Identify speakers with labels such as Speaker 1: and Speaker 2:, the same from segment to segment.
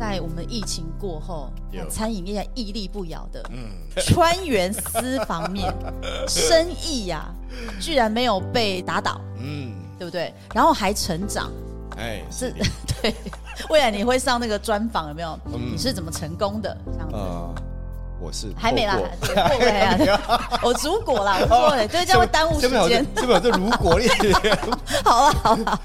Speaker 1: 在我们疫情过后
Speaker 2: 有，
Speaker 1: 餐饮业屹立不摇的
Speaker 2: 嗯，
Speaker 1: 川原私房 面生意呀、居然没有被打倒，
Speaker 2: 嗯，
Speaker 1: 对不对？然后还成长，
Speaker 2: 哎，
Speaker 1: 是， 对。未来你会上那个专访有没有？
Speaker 2: 嗯
Speaker 1: 你是怎么成功的？这样子。
Speaker 2: 呃，我是
Speaker 1: 还没啦
Speaker 2: 透过，
Speaker 1: 对后
Speaker 2: 哦
Speaker 1: 悔啊！ 我如果啦，我说了，对，这样会耽误时间。
Speaker 2: 这边有这如 果 你
Speaker 1: 好啊，好啊。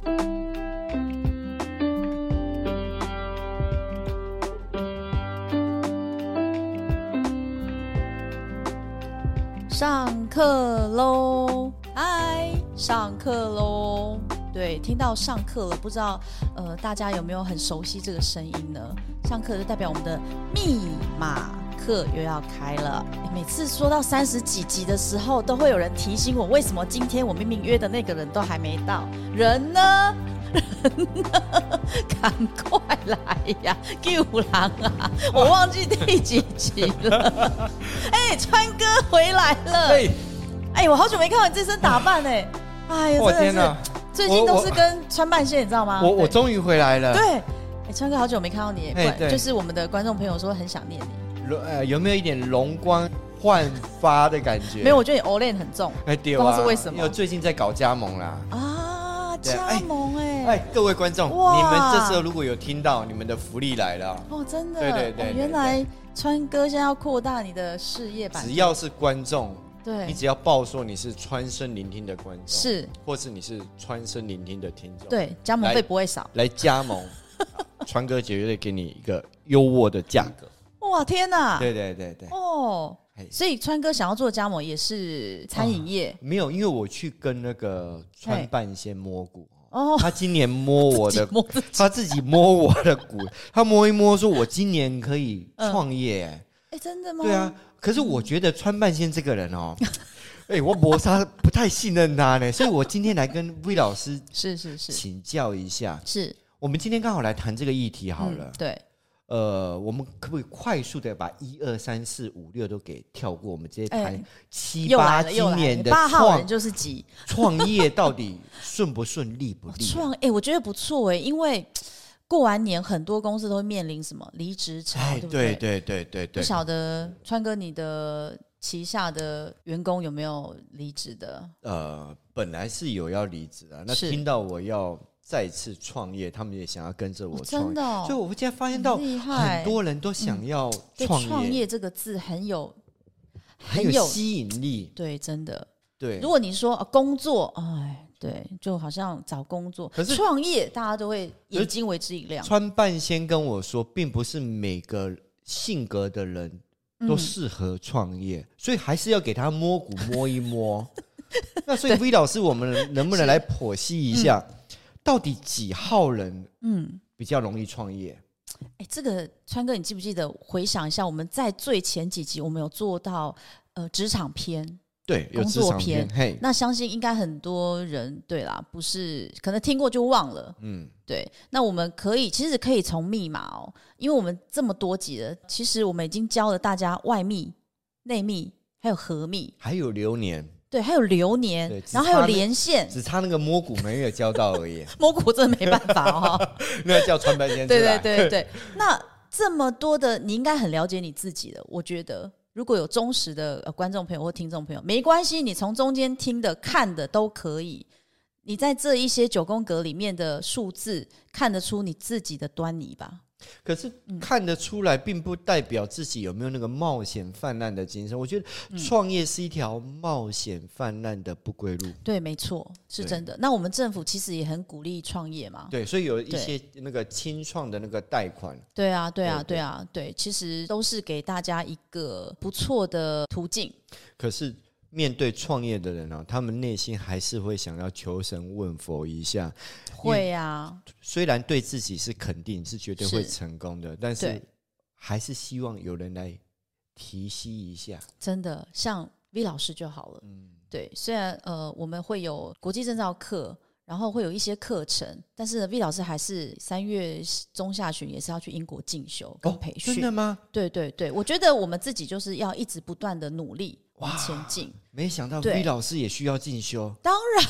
Speaker 1: 上课喽！嗨，上课喽！对，听到上课了，不知道呃大家有没有很熟悉这个声音呢？上课就代表我们的密码课又要开了。诶每次说到三十几集的时候，都会有人提醒我，为什么今天我明明约的那个人都还没到？人呢？ 赶快来呀！救狼啊！我忘记第几集了。哎、川哥回来了。哎、
Speaker 2: 哎，
Speaker 1: 我好久没看到你这身打扮哎、哎呀，
Speaker 2: 我
Speaker 1: 真
Speaker 2: 哦天
Speaker 1: 的
Speaker 2: 哪
Speaker 1: 是，最近都是跟川半仙，你知道吗？
Speaker 2: 我
Speaker 1: 对
Speaker 2: 我终于回来了。
Speaker 1: 对。哎、川哥好久没看到你、
Speaker 2: 哎
Speaker 1: 哎，
Speaker 2: 对
Speaker 1: 就是我们的观众朋友说很想念你。
Speaker 2: 对，呃，有没有一点容光焕发的感觉？
Speaker 1: 没有，我觉得你 o l a n 很重
Speaker 2: 哎，对
Speaker 1: 不知
Speaker 2: 啊，
Speaker 1: 道是为什么
Speaker 2: 因为最近在搞加盟啦。
Speaker 1: 啊，
Speaker 2: 对
Speaker 1: 加盟哎、
Speaker 2: 哎，各位观众，
Speaker 1: 哇
Speaker 2: 你们这时候如果有听到，你们的福利来了。
Speaker 1: 哦，真的，
Speaker 2: 对对对
Speaker 1: 哦
Speaker 2: 对
Speaker 1: 原来川哥现在要扩大你的事业版
Speaker 2: 只，要是观众，
Speaker 1: 对
Speaker 2: 你，只要报说你是穿身聆听的观众，，
Speaker 1: 是，
Speaker 2: 或是你是穿身聆听的听众，，
Speaker 1: 对，加盟
Speaker 2: 来
Speaker 1: 费不会少。
Speaker 2: 来加盟， 川哥绝对给你一个优渥的价格。
Speaker 1: 哇，天哪！
Speaker 2: 对对对对，
Speaker 1: 哦
Speaker 2: 哎，
Speaker 1: 所以川哥想要做加盟也是餐饮业
Speaker 2: 没有，因为我去跟那个川半仙摸骨，
Speaker 1: 哦，
Speaker 2: 他今年摸我的，
Speaker 1: 摸 自己
Speaker 2: 他自己摸我的骨，他摸一摸说，我今年可以创业、
Speaker 1: 哎，真的吗？
Speaker 2: 对啊，，可是我觉得川半仙这个人哦， 哎、我磨砂不太信任他呢，所以我今天来跟 V 老师
Speaker 1: 是是是
Speaker 2: 请教一下。
Speaker 1: 是，
Speaker 2: 我们今天刚好来谈这个议题好了
Speaker 1: 嗯，对，
Speaker 2: 呃，我们可不可以快速的把一二三四五六都给跳过？我们直接谈
Speaker 1: 哎
Speaker 2: 七
Speaker 1: 又来
Speaker 2: 八
Speaker 1: 了又
Speaker 2: 今
Speaker 1: 来
Speaker 2: 年
Speaker 1: 了，
Speaker 2: 的
Speaker 1: 八号人
Speaker 2: 创
Speaker 1: 就是急。
Speaker 2: 创业到底顺不顺利不利？
Speaker 1: 创哎、我觉得不错哎、因为过完年很多公司都会面临什么离职潮，
Speaker 2: 哎，
Speaker 1: 对不
Speaker 2: 对对对对
Speaker 1: 不
Speaker 2: 对，
Speaker 1: 晓得川哥你的旗下的员工有没有离职的？
Speaker 2: 呃，本来是有要离职啊，那
Speaker 1: 是
Speaker 2: 听到我要再次创业，他们也想要跟着我
Speaker 1: 哦
Speaker 2: 创
Speaker 1: 真
Speaker 2: 业，
Speaker 1: 的、哦
Speaker 2: 所以，我现在发现到
Speaker 1: 很厉害
Speaker 2: 很多人都想要
Speaker 1: 对
Speaker 2: 创
Speaker 1: 创
Speaker 2: 业，
Speaker 1: 业这个字很有
Speaker 2: 很
Speaker 1: 很有
Speaker 2: 吸引力。
Speaker 1: 对，真的。
Speaker 2: 对
Speaker 1: 如，果你说、呃工作，哎，对，就好像找工作，
Speaker 2: 可是
Speaker 1: 创业大家都会眼睛为之一亮，
Speaker 2: 川半仙跟我说，并不是每个性格的人
Speaker 1: 嗯
Speaker 2: 都适合创业， 所以还是要给他摸骨摸一摸。那所以 V 老师，我们能不能来剖析一下，到底几号人
Speaker 1: 嗯。
Speaker 2: 比较容易创业？
Speaker 1: 哎，这个川哥，你记不记得？回想一下，我们在最前几集，我们有做到呃职场篇，
Speaker 2: 对，有
Speaker 1: 工
Speaker 2: 职
Speaker 1: 作
Speaker 2: 场
Speaker 1: 篇
Speaker 2: 篇，嘿，
Speaker 1: 那相信应该很多人对啦，不是可能听过就忘了。
Speaker 2: 嗯，
Speaker 1: 对，那我们可以其实可以从密码哦，因为我们这么多集了，其实我们已经教了大家外密、内密，还有合密，
Speaker 2: 还有流年，
Speaker 1: 对，还有流年
Speaker 2: 对，只
Speaker 1: 然后还有
Speaker 2: 差那
Speaker 1: 连线。
Speaker 2: 只差那个摸骨没有教到而已，
Speaker 1: 摸骨真的没办法哦。
Speaker 2: 那叫川半仙出
Speaker 1: 对
Speaker 2: 来。
Speaker 1: 对对 对，那这么多的，你应该很了解你自己的。我觉得，如果有忠实的、呃、观众朋友或听众朋友，没关系，你从中间听的、看的都可以。你在这一些九宫格里面的数字，看得出你自己的端倪吧？
Speaker 2: 可是
Speaker 1: 嗯
Speaker 2: 看得出来，并不代表自己有没有那个冒险泛滥的精神。我觉得
Speaker 1: 嗯
Speaker 2: 创业是一条冒险泛滥的不归路。
Speaker 1: 对，没错，是
Speaker 2: 对
Speaker 1: 真的。那我们政府其实也很鼓励创业嘛。
Speaker 2: 对，所以有一些那个清创的那个贷款，
Speaker 1: 对啊，对啊，
Speaker 2: 对
Speaker 1: 对啊，对，其实都是给大家一个不错的途径。
Speaker 2: 可是面对创业的人啊，他们内心还是会想要求神问佛一下。
Speaker 1: 会啊，
Speaker 2: 虽然对自己是肯定，是绝对
Speaker 1: 是
Speaker 2: 会成功的，但是
Speaker 1: 对
Speaker 2: 还是希望有人来提携一下。
Speaker 1: 真的像 V 老师就好了。
Speaker 2: 嗯，
Speaker 1: 对，虽然呃我们会有国际证照课，然后会有一些课程，但是呢 V 老师还是三月中下旬也是要去英国进修跟培
Speaker 2: 哦真
Speaker 1: 训。
Speaker 2: 的吗？
Speaker 1: 对对对，我觉得我们自己就是要一直不断的努力往前进。
Speaker 2: 没想到
Speaker 1: 对
Speaker 2: V 老师也需要进修。
Speaker 1: 当然，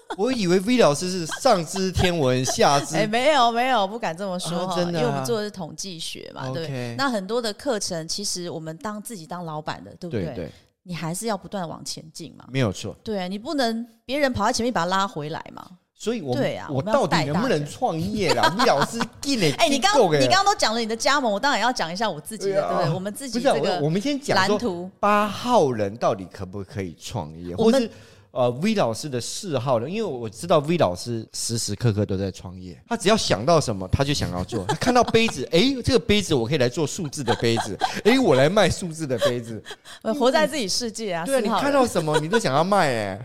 Speaker 2: 我以为 V 老师是上知天文下 知
Speaker 1: 哎、没有没有，不敢这么说
Speaker 2: 啊
Speaker 1: 哈、
Speaker 2: 真的啊
Speaker 1: 因为我们做的是统计学嘛，对不
Speaker 2: OK
Speaker 1: 对。那很多的课程，其实我们当自己当老板的，对不
Speaker 2: 对
Speaker 1: 对？
Speaker 2: 对，
Speaker 1: 你还是要不断往前进嘛。
Speaker 2: 没有错。
Speaker 1: 对啊，你不能别人跑在前面把他拉回来嘛。
Speaker 2: 所以我们，
Speaker 1: 对啊
Speaker 2: 我
Speaker 1: 我们要
Speaker 2: 到底
Speaker 1: 带
Speaker 2: 能
Speaker 1: 大
Speaker 2: 不能
Speaker 1: 人
Speaker 2: 创 业啦？v 老师进来，
Speaker 1: 哎、你刚
Speaker 2: 够
Speaker 1: 你
Speaker 2: 了
Speaker 1: 刚刚都讲了你的加盟，我当然要讲一下我自己
Speaker 2: 对
Speaker 1: 的，
Speaker 2: 啊
Speaker 1: 对不对？我们自
Speaker 2: 不
Speaker 1: 己
Speaker 2: 是啊、
Speaker 1: 这
Speaker 2: 我我
Speaker 1: 个
Speaker 2: 们先讲
Speaker 1: 蓝
Speaker 2: 说
Speaker 1: 图，
Speaker 2: 八号人到底可不可以创业，
Speaker 1: 我
Speaker 2: 或
Speaker 1: 们
Speaker 2: 是呃 V 老师的嗜好人，因为我知道 V 老师时时刻刻都在创业，他只要想到什么他就想要做，他看到杯子， 诶，这个杯子我可以来做数字的杯子，诶，我来卖数字的杯子，
Speaker 1: 呃活在自己世界啊。
Speaker 2: 对啊，你
Speaker 1: 四号人
Speaker 2: 看到什么你都想要卖哎、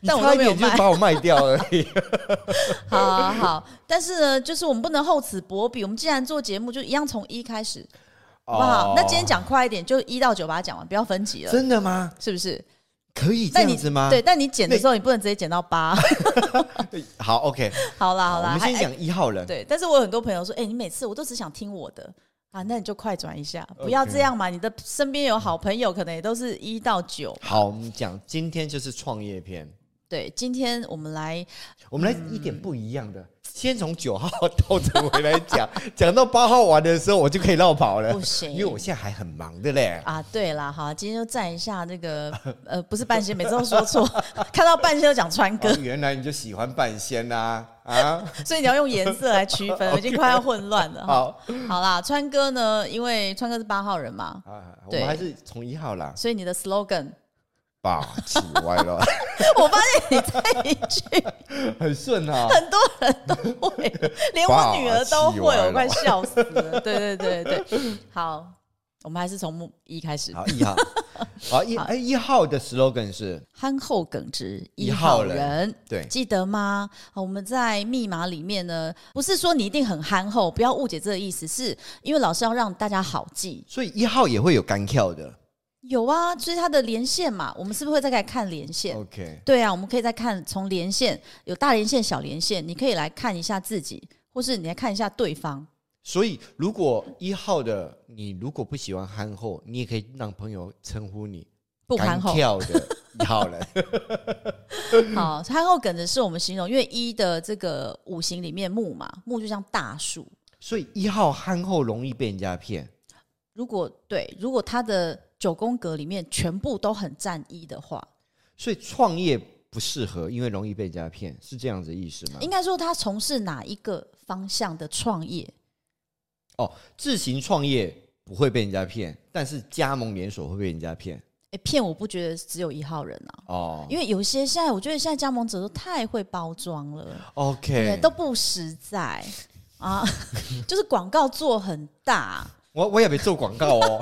Speaker 2: 你
Speaker 1: 但我
Speaker 2: 差
Speaker 1: 都
Speaker 2: 一
Speaker 1: 没有
Speaker 2: 点就
Speaker 1: 卖
Speaker 2: 把我卖掉而已。
Speaker 1: 好、啊、好，但是呢，就是我们不能厚此薄彼。我们既然做节目，就一样从一开始， 好不好？
Speaker 2: 哦
Speaker 1: 那今天讲快一点，就一到九把它讲完，不要分级了，
Speaker 2: 真的啊吗？
Speaker 1: 是不是？
Speaker 2: 可以这
Speaker 1: 那你
Speaker 2: 样子吗？
Speaker 1: 对，，但你剪的时候，你不能直接剪到八。
Speaker 2: 好，OK，
Speaker 1: 好啦
Speaker 2: 好
Speaker 1: 好
Speaker 2: 我
Speaker 1: 啦，
Speaker 2: 们
Speaker 1: 还
Speaker 2: 先
Speaker 1: 哎
Speaker 2: 讲一号人。
Speaker 1: 对。但是我有很多朋友说，哎、你每次我都只想听我的啊，那你就快转一下，不要
Speaker 2: OK
Speaker 1: 这样嘛。你的身边有好朋友，可能也都是一到九。
Speaker 2: 好，我们讲今天就是创业篇。
Speaker 1: 对，今天我们来
Speaker 2: 我们来
Speaker 1: 嗯
Speaker 2: 一点不一样的，先从九号倒着回来 讲，讲到八号完的时候，我就可以绕跑了
Speaker 1: 不。行，
Speaker 2: 因为我现在还很忙的嘞，
Speaker 1: 啊，对啦，好，今天就赞一下那个 呃，不是半仙，每次都说错， 看到半仙就讲川哥
Speaker 2: 哦，原来你就喜欢半仙呐啊！
Speaker 1: 所以你要用颜色来区 分，我已经快要混乱了。哈
Speaker 2: 好
Speaker 1: 好啦，川哥呢，因为川哥是八号人嘛，
Speaker 2: 啊，我
Speaker 1: 对
Speaker 2: 们还是从一号啦，
Speaker 1: 所以你的 slogan，
Speaker 2: 吧，起歪了，
Speaker 1: 我发现你这一句
Speaker 2: 很顺啊。
Speaker 1: 很多人都会，连我女儿都会，
Speaker 2: 哇气歪了
Speaker 1: 我快笑死
Speaker 2: 哦
Speaker 1: 了。对对对对，好，我们还是从一开始，
Speaker 2: 好，一号，好一哎，一号的 slogan 是
Speaker 1: 憨厚耿直
Speaker 2: 一
Speaker 1: 一
Speaker 2: 号
Speaker 1: 号
Speaker 2: 人
Speaker 1: 人。
Speaker 2: 对，
Speaker 1: 记得吗？啊我们在密码里面呢，不是说你一定很憨厚，不要误解这个意思，是因为老师要让大家好记。
Speaker 2: 所以一号也会有干跳的。
Speaker 1: 有啊，就是它的连线嘛，我们是不是会再来看连线？
Speaker 2: OK，
Speaker 1: 对啊，我们可以再看从连线有大连线、小连线，你可以来看一下自己，或是你来看一下对方。
Speaker 2: 所以如果一号的你如果不喜欢憨厚，你也可以让朋友称呼你
Speaker 1: 不憨厚
Speaker 2: 干，跳的一号人。
Speaker 1: 好，憨厚梗的是我们形容，因为一的这个五行里面木嘛，木就像大树。
Speaker 2: 所以一号憨厚容易被人家骗，
Speaker 1: 如果对，如果他的九宫格里面全部都很占一的话，
Speaker 2: 所以创业不适合，因为容易被人家骗，是这样子的意思吗？
Speaker 1: 应该说他从事哪一个方向的创业？
Speaker 2: 自行创业不会被人家骗，但是加盟连锁会被人家骗
Speaker 1: 诶，骗我不觉得只有一号人啊，
Speaker 2: 哦。
Speaker 1: 因为有些现在我觉得现在加盟者都太会包装了，对，
Speaker 2: OK，
Speaker 1: 都不实在啊， 就是广告做很大。
Speaker 2: 我我也没做广告 哦。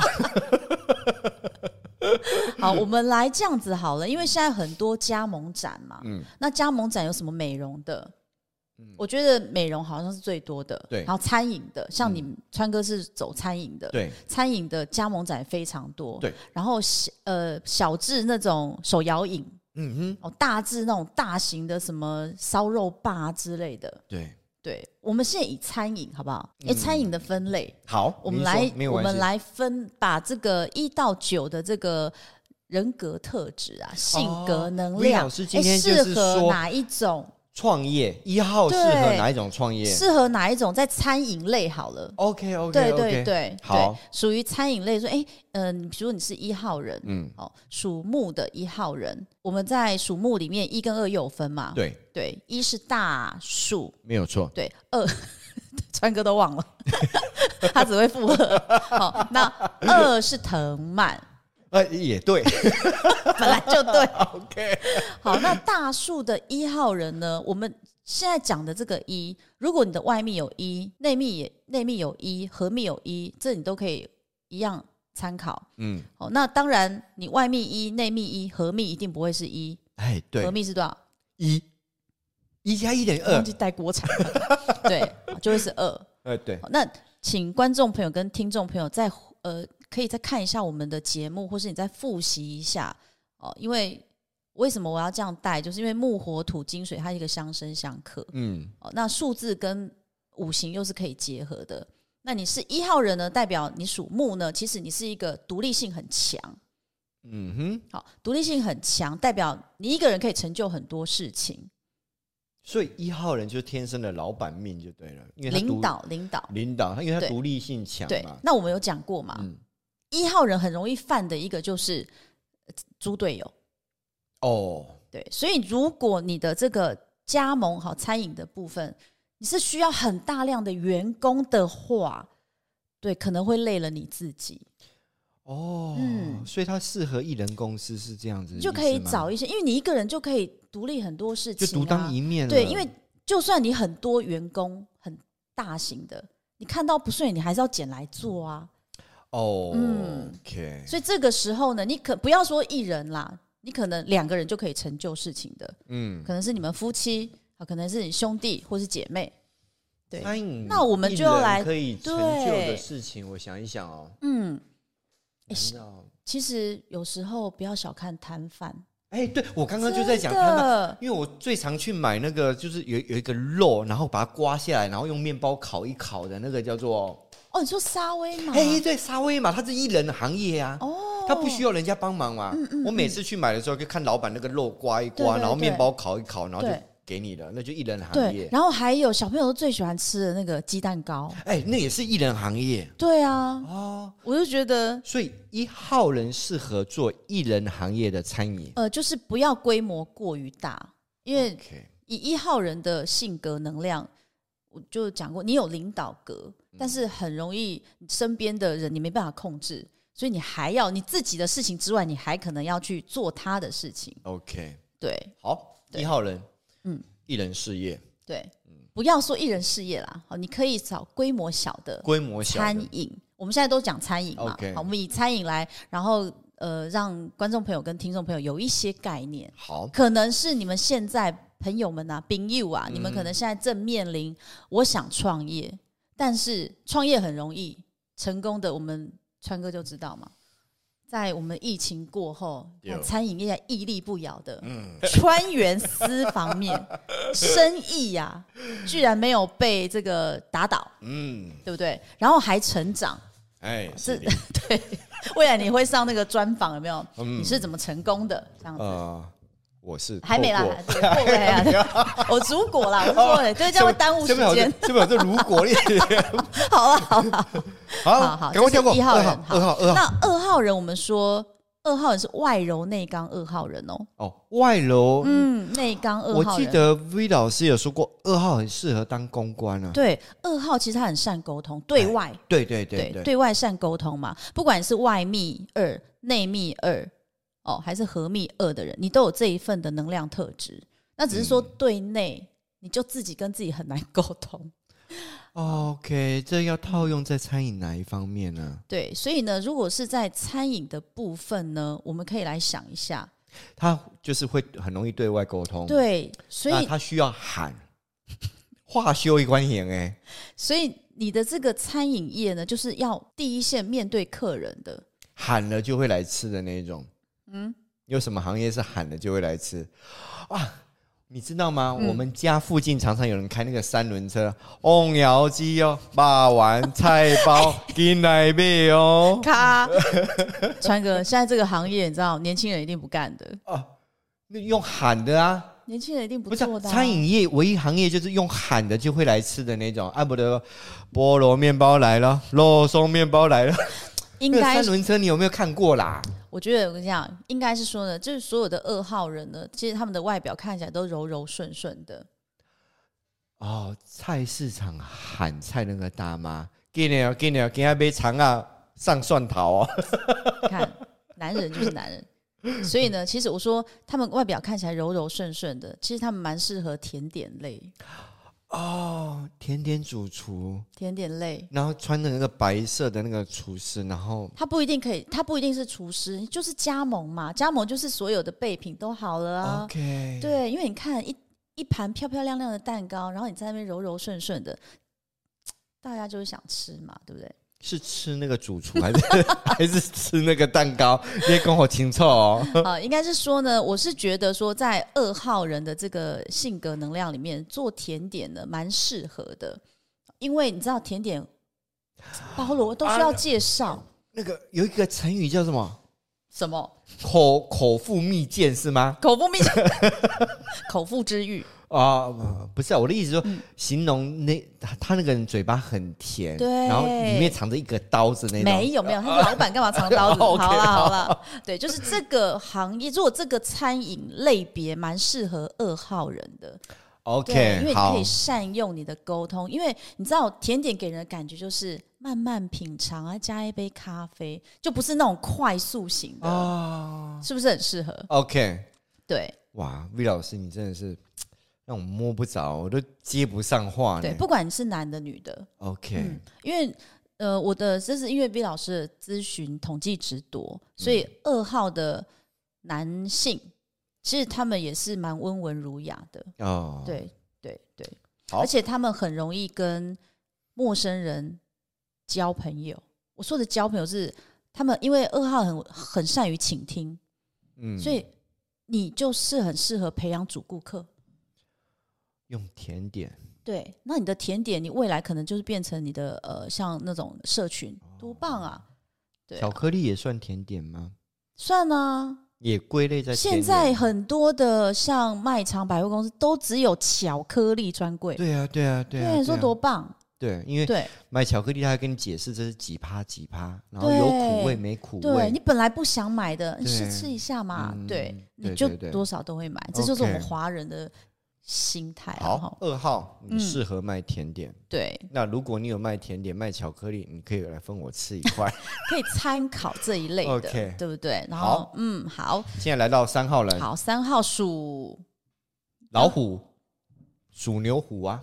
Speaker 1: 好，我们来这样子好了，因为现在很多加盟展嘛，
Speaker 2: 嗯
Speaker 1: 那加盟展有什么美容的？我觉得美容好像是最多的，
Speaker 2: 对嗯
Speaker 1: 然后餐饮的，像你们川哥是走餐饮的，
Speaker 2: 对
Speaker 1: 餐饮的加盟展非常多，
Speaker 2: 对，
Speaker 1: 然后小呃小至那种手摇饮，
Speaker 2: 嗯哼，
Speaker 1: 哦大至那种大型的什么烧肉吧之类的，
Speaker 2: 对，
Speaker 1: 对，我们现在以餐饮好不好？因为餐饮的分类，
Speaker 2: 好，
Speaker 1: 我们
Speaker 2: 你说
Speaker 1: 来
Speaker 2: 嗯没有
Speaker 1: 我
Speaker 2: 关系
Speaker 1: 们来分把这个一到九的这个。人格特质啊，性格能
Speaker 2: 魏
Speaker 1: 量，
Speaker 2: 哦老师今天
Speaker 1: 哎
Speaker 2: 就是
Speaker 1: 适合
Speaker 2: 说
Speaker 1: 哪一种？
Speaker 2: 创业，一号适合
Speaker 1: 对
Speaker 2: 哪一种创业
Speaker 1: 适合哪一种？在餐饮类好了，
Speaker 2: ？OK OK，
Speaker 1: 对对对，
Speaker 2: 好
Speaker 1: 对，属于餐饮类，说，哎，嗯，你比如说你是一号人，
Speaker 2: 嗯，
Speaker 1: 哦，属木的一号人，我们在属木里面一跟二又有分嘛？
Speaker 2: 对，
Speaker 1: 对，一是大树，
Speaker 2: 没有错。
Speaker 1: 对，二 川哥都忘了， 他只会附和。好，那二是藤蔓，
Speaker 2: 呃，也对
Speaker 1: 本来就对。
Speaker 2: ，OK，
Speaker 1: 好，那大树的一号人呢？我们现在讲的这个一，如果你的外密有一，内密也内密有一，合密有一，这你都可以一样参考。
Speaker 2: 嗯，
Speaker 1: 哦，那当然，你外密一、内密一、合密一定不会是一，
Speaker 2: 哎，对
Speaker 1: 合，密是多少？
Speaker 2: 一，一加一等于
Speaker 1: 忘
Speaker 2: 二，
Speaker 1: 记带锅铲， 对，就会是二。
Speaker 2: 呃，对，
Speaker 1: 好那请观众朋友跟听众朋友再呃，可以再看一下我们的节目，或是你再复习一下哦。因为为什么我要这样带，就是因为木火土金水它是一个相生相克
Speaker 2: 嗯。
Speaker 1: 哦。那数字跟五行又是可以结合的。那你是一号人呢，代表你属木呢，其实你是一个独立性很强，
Speaker 2: 嗯哼，
Speaker 1: 好，独立性很强，代表你一个人可以成就很多事情。
Speaker 2: 所以一号人就是天生的老板命就对了，因为他独
Speaker 1: 领导领导。
Speaker 2: 领导，他因为他
Speaker 1: 对
Speaker 2: 独立性强
Speaker 1: 对
Speaker 2: 嘛，，
Speaker 1: 那我们有讲过嘛，
Speaker 2: 嗯，
Speaker 1: 一号人很容易犯的一个就是呃猪队友。
Speaker 2: 哦，
Speaker 1: 对，所以如果你的这个加盟好餐饮的部分，你是需要很大量的员工的话，对，可能会累了你自己，
Speaker 2: 哦，
Speaker 1: 嗯
Speaker 2: 所以他适合一人公司嗯是这样子的意思
Speaker 1: 就
Speaker 2: 吗，
Speaker 1: 可以找一些，因为你一个人就可以独立很多事情、
Speaker 2: 就
Speaker 1: 啊，
Speaker 2: 独当一面了，
Speaker 1: 对，因为就算你很多员工很大型的，你看到不顺眼，你还是要捡来做啊。
Speaker 2: 哦，
Speaker 1: 嗯
Speaker 2: o k
Speaker 1: 所以这个时候呢，你可不要说一人啦，你可能两个人就可以成就事情的，
Speaker 2: 嗯，
Speaker 1: 可能是你们夫妻啊，可能是你兄弟或是姐妹。对，
Speaker 2: 餐饮
Speaker 1: 那我们
Speaker 2: 一
Speaker 1: 就要
Speaker 2: 人
Speaker 1: 来
Speaker 2: 可以成
Speaker 1: 对
Speaker 2: 就的事情，我想一想哦，
Speaker 1: 嗯，哎
Speaker 2: 难
Speaker 1: 是
Speaker 2: 道
Speaker 1: 其实有时候不要小看摊贩，
Speaker 2: 哎，对我刚
Speaker 1: 刚
Speaker 2: 刚就在讲他们。
Speaker 1: 的，
Speaker 2: 因为我最常去买那个，就是有有一个肉，然后把它刮下来，然后用面包烤一烤的那个叫做，
Speaker 1: 哦，你说沙威玛，
Speaker 2: 哎、对，沙威玛，它是一人的行业啊。
Speaker 1: 哦，嗯
Speaker 2: 他不需要人家帮忙嘛。我每次去买的时候，就看老板那个肉刮一
Speaker 1: 对
Speaker 2: 刮，
Speaker 1: 对
Speaker 2: 然后
Speaker 1: 对
Speaker 2: 面包烤一烤，然后就
Speaker 1: 对
Speaker 2: 给你了，那就一人行
Speaker 1: 对
Speaker 2: 业，。
Speaker 1: 然后还有小朋友都最喜欢吃的那个鸡蛋糕，
Speaker 2: 哎，那也是一人行业
Speaker 1: 对啊，
Speaker 2: 哦。
Speaker 1: 我就觉得
Speaker 2: 所以一号人适合做一人行业的餐饮。
Speaker 1: 呃，就是不要规模过于大，因为
Speaker 2: OK，
Speaker 1: 以一号人的性格能量，我就讲过，你有领导格，但
Speaker 2: 嗯
Speaker 1: 是很容易你身边的人你没办法控制，所以你还要你自己的事情之外，你还可能要去做他的事情，
Speaker 2: OK，
Speaker 1: 对
Speaker 2: 好，
Speaker 1: 对
Speaker 2: 一号人，嗯
Speaker 1: 嗯，
Speaker 2: 一人事业，
Speaker 1: 对，
Speaker 2: 嗯
Speaker 1: 不要说一人事业啦，好，你可以找规模小的
Speaker 2: 规模小
Speaker 1: 餐
Speaker 2: 的。
Speaker 1: 饮，我们现在都讲餐饮嘛
Speaker 2: OK
Speaker 1: 好，我们以餐饮来，然后呃，让观众朋友跟听众朋友有一些概念。
Speaker 2: 好，
Speaker 1: 可能是你们现在朋友们啊、朋友
Speaker 2: 嗯
Speaker 1: 啊，你们可能现在正面临我想创业，但是创业很容易，成功的我们川哥就知道嘛。在我们疫情过后，
Speaker 2: 有嗯
Speaker 1: 啊餐饮业屹立不摇的，川原私房 面生意呀、居然没有被这个打倒，
Speaker 2: 嗯，
Speaker 1: 对不对？然后还成长，
Speaker 2: 哎，
Speaker 1: 是
Speaker 2: 是的，
Speaker 1: 未来你会上那个专访，有没有？
Speaker 2: 嗯
Speaker 1: 你是怎么成功的？这样子。
Speaker 2: 呃，我是
Speaker 1: 还没啦
Speaker 2: 透过，
Speaker 1: 对后悔
Speaker 2: 哎
Speaker 1: 啊！ 我如果啦，我说了，对，这样会耽误时
Speaker 2: 这边好像
Speaker 1: 间。，
Speaker 2: 这边好像如 果你
Speaker 1: 好了，好了，
Speaker 2: 好
Speaker 1: 好好
Speaker 2: 赶快跳过
Speaker 1: 这是一号
Speaker 2: 二
Speaker 1: 人好
Speaker 2: 号，二号，二号。
Speaker 1: 那二号人，我们说二号人是外柔内刚二号人哦，
Speaker 2: 哦，外楼，
Speaker 1: 嗯，内刚二
Speaker 2: 我
Speaker 1: 号
Speaker 2: 记
Speaker 1: 人。
Speaker 2: 得 V 老师有说过，二号很适合当公关啊。
Speaker 1: 对，二号其实他很善沟通，对外
Speaker 2: 对对对
Speaker 1: 对
Speaker 2: 对，
Speaker 1: 对外善沟通嘛，不管是外密二、内密二，哦，还是合密二的人，你都有这一份的能量特质。那只是说
Speaker 2: 嗯
Speaker 1: 对内，你就自己跟自己很难沟通。
Speaker 2: 哦 OK，这要套用在餐饮哪一方面呢？
Speaker 1: 对，所以呢，如果是在餐饮的部分呢，我们可以来想一下。
Speaker 2: 他就是会很容易对外沟通，，
Speaker 1: 对，所
Speaker 2: 哦那
Speaker 1: 以
Speaker 2: 他需要喊，话修一关眼哎，
Speaker 1: 所以你的这个餐饮业呢，就是要第一线面对客人的。
Speaker 2: 喊了就会来吃的那一种。
Speaker 1: 嗯，
Speaker 2: 有什么行业是喊了就会来吃啊？你知道
Speaker 1: 嗯
Speaker 2: 吗？我们家附近常常有人开那个三轮车，翁窑鸡哦，霸王菜包，
Speaker 1: 哎
Speaker 2: 金奶贝哦。
Speaker 1: 咔， 川哥，现在这个行业你知道，年轻人一定不干的，
Speaker 2: 啊，那用喊的啊，
Speaker 1: 年轻人一定不
Speaker 2: 不是啊
Speaker 1: 做的啊、
Speaker 2: 餐饮业唯一行业就是用喊的就会来吃的那种，按不得菠萝面包来了，肉松面包来了。
Speaker 1: 应
Speaker 2: 那个
Speaker 1: 该
Speaker 2: 三，轮车你有没有看过啦？
Speaker 1: 我觉得我跟你讲，应该是说呢，就是所有的二号人呢，其实他们的外表看起来都柔柔顺顺的，
Speaker 2: 哦，菜市场喊菜那个大妈，给你哦，给你哦，给他杯肠啊，上蒜头哦。
Speaker 1: 看，男人就是男人。所以呢，其实我说他们外表看起来柔柔顺顺的，其实他们蛮适合甜点类，
Speaker 2: 哦， 甜点主厨，
Speaker 1: 甜点类。
Speaker 2: 然后穿着那个白色的那个厨师，然后
Speaker 1: 他不一定可以，他不一定是厨师，就是加盟嘛。加盟就是所有的备品都好了啊。
Speaker 2: OK，
Speaker 1: 对，因为你看一一盘漂漂亮亮的蛋糕，然后你在那边柔柔顺顺的，大家就是想吃嘛，对不对？
Speaker 2: 是吃那个主厨还是 还是吃那个蛋糕？你也跟我清楚哦。
Speaker 1: 啊、应该是说呢，我是觉得说，在二号人的这个性格能量里面，做甜点呢蛮适合的，因为你知道甜点包罗都需
Speaker 2: 啊
Speaker 1: 要介绍、
Speaker 2: 那个有一个成语叫什么？
Speaker 1: 什么
Speaker 2: 口口腹蜜饯是吗？
Speaker 1: 口腹蜜，口腹之欲，
Speaker 2: 啊、不是啊，我的意思说，
Speaker 1: 嗯
Speaker 2: 形容那他他那个人嘴巴很甜，
Speaker 1: 对
Speaker 2: 然后里面藏着一个刀子那种，
Speaker 1: 没有没有，他老板干嘛藏刀 子？好
Speaker 2: OK，
Speaker 1: 了好了， 对，就是这个行业，如果这个餐饮类别蛮适合二号人的，对，因为
Speaker 2: OK，
Speaker 1: 你可
Speaker 2: 好
Speaker 1: 以，善用你的沟通，因为你知道甜点给人的感觉就是慢慢品尝啊，加一杯咖啡，就不是那种快速型的，
Speaker 2: 哦
Speaker 1: 是不是很适合？
Speaker 2: OK，
Speaker 1: 对
Speaker 2: 哇，V 老师，你真的是让我摸不着，我都接不上话呢。
Speaker 1: 对，不管你是男的女的，嗯
Speaker 2: OK，、
Speaker 1: 因为呃，我的这是因为 V 老师的咨询统计值多，所
Speaker 2: 嗯
Speaker 1: 以二号的男性其实他们也是蛮温文儒雅的，
Speaker 2: 哦，，
Speaker 1: 对对对，
Speaker 2: 好
Speaker 1: 而且他们很容易跟陌生人交朋友。我说的交朋友是他们，因为二号很很善于倾听，
Speaker 2: 嗯
Speaker 1: 所以你就是很适合培养主顾客。
Speaker 2: 用甜点
Speaker 1: 对，那你的甜点，你未来可能就是变成你的呃，像那种社群，
Speaker 2: 哦
Speaker 1: 多棒啊！对啊
Speaker 2: 巧克力也算甜点吗？
Speaker 1: 算啊，
Speaker 2: 也归类在甜
Speaker 1: 现
Speaker 2: 点
Speaker 1: 在很多的像卖场、百货公司都只有巧克力专柜，
Speaker 2: 对啊，对啊，对啊，
Speaker 1: 你说
Speaker 2: 啊
Speaker 1: 多棒？
Speaker 2: 对，因为
Speaker 1: 对
Speaker 2: 买巧克力，他还跟你解释这是几趴几趴，然后有苦味
Speaker 1: 对
Speaker 2: 没苦
Speaker 1: 对
Speaker 2: 味
Speaker 1: 你。本来不想买的，你试
Speaker 2: 对
Speaker 1: 吃一下嘛，
Speaker 2: 嗯
Speaker 1: 对，
Speaker 2: 对
Speaker 1: 你就
Speaker 2: 对对
Speaker 1: 多少都会买，这就是我们
Speaker 2: OK
Speaker 1: 华人的心态啊。
Speaker 2: 好
Speaker 1: 哈，
Speaker 2: 二号你
Speaker 1: 嗯
Speaker 2: 适合卖甜点。
Speaker 1: 对，
Speaker 2: 那如果你有卖甜点、卖巧克力，你可以来分我吃一块。
Speaker 1: 可以参考这一类的
Speaker 2: OK
Speaker 1: 对不对？然后
Speaker 2: 好，嗯
Speaker 1: 嗯，好，
Speaker 2: 现在来到三号人，
Speaker 1: 好，三号属
Speaker 2: 老虎、属牛、虎 啊，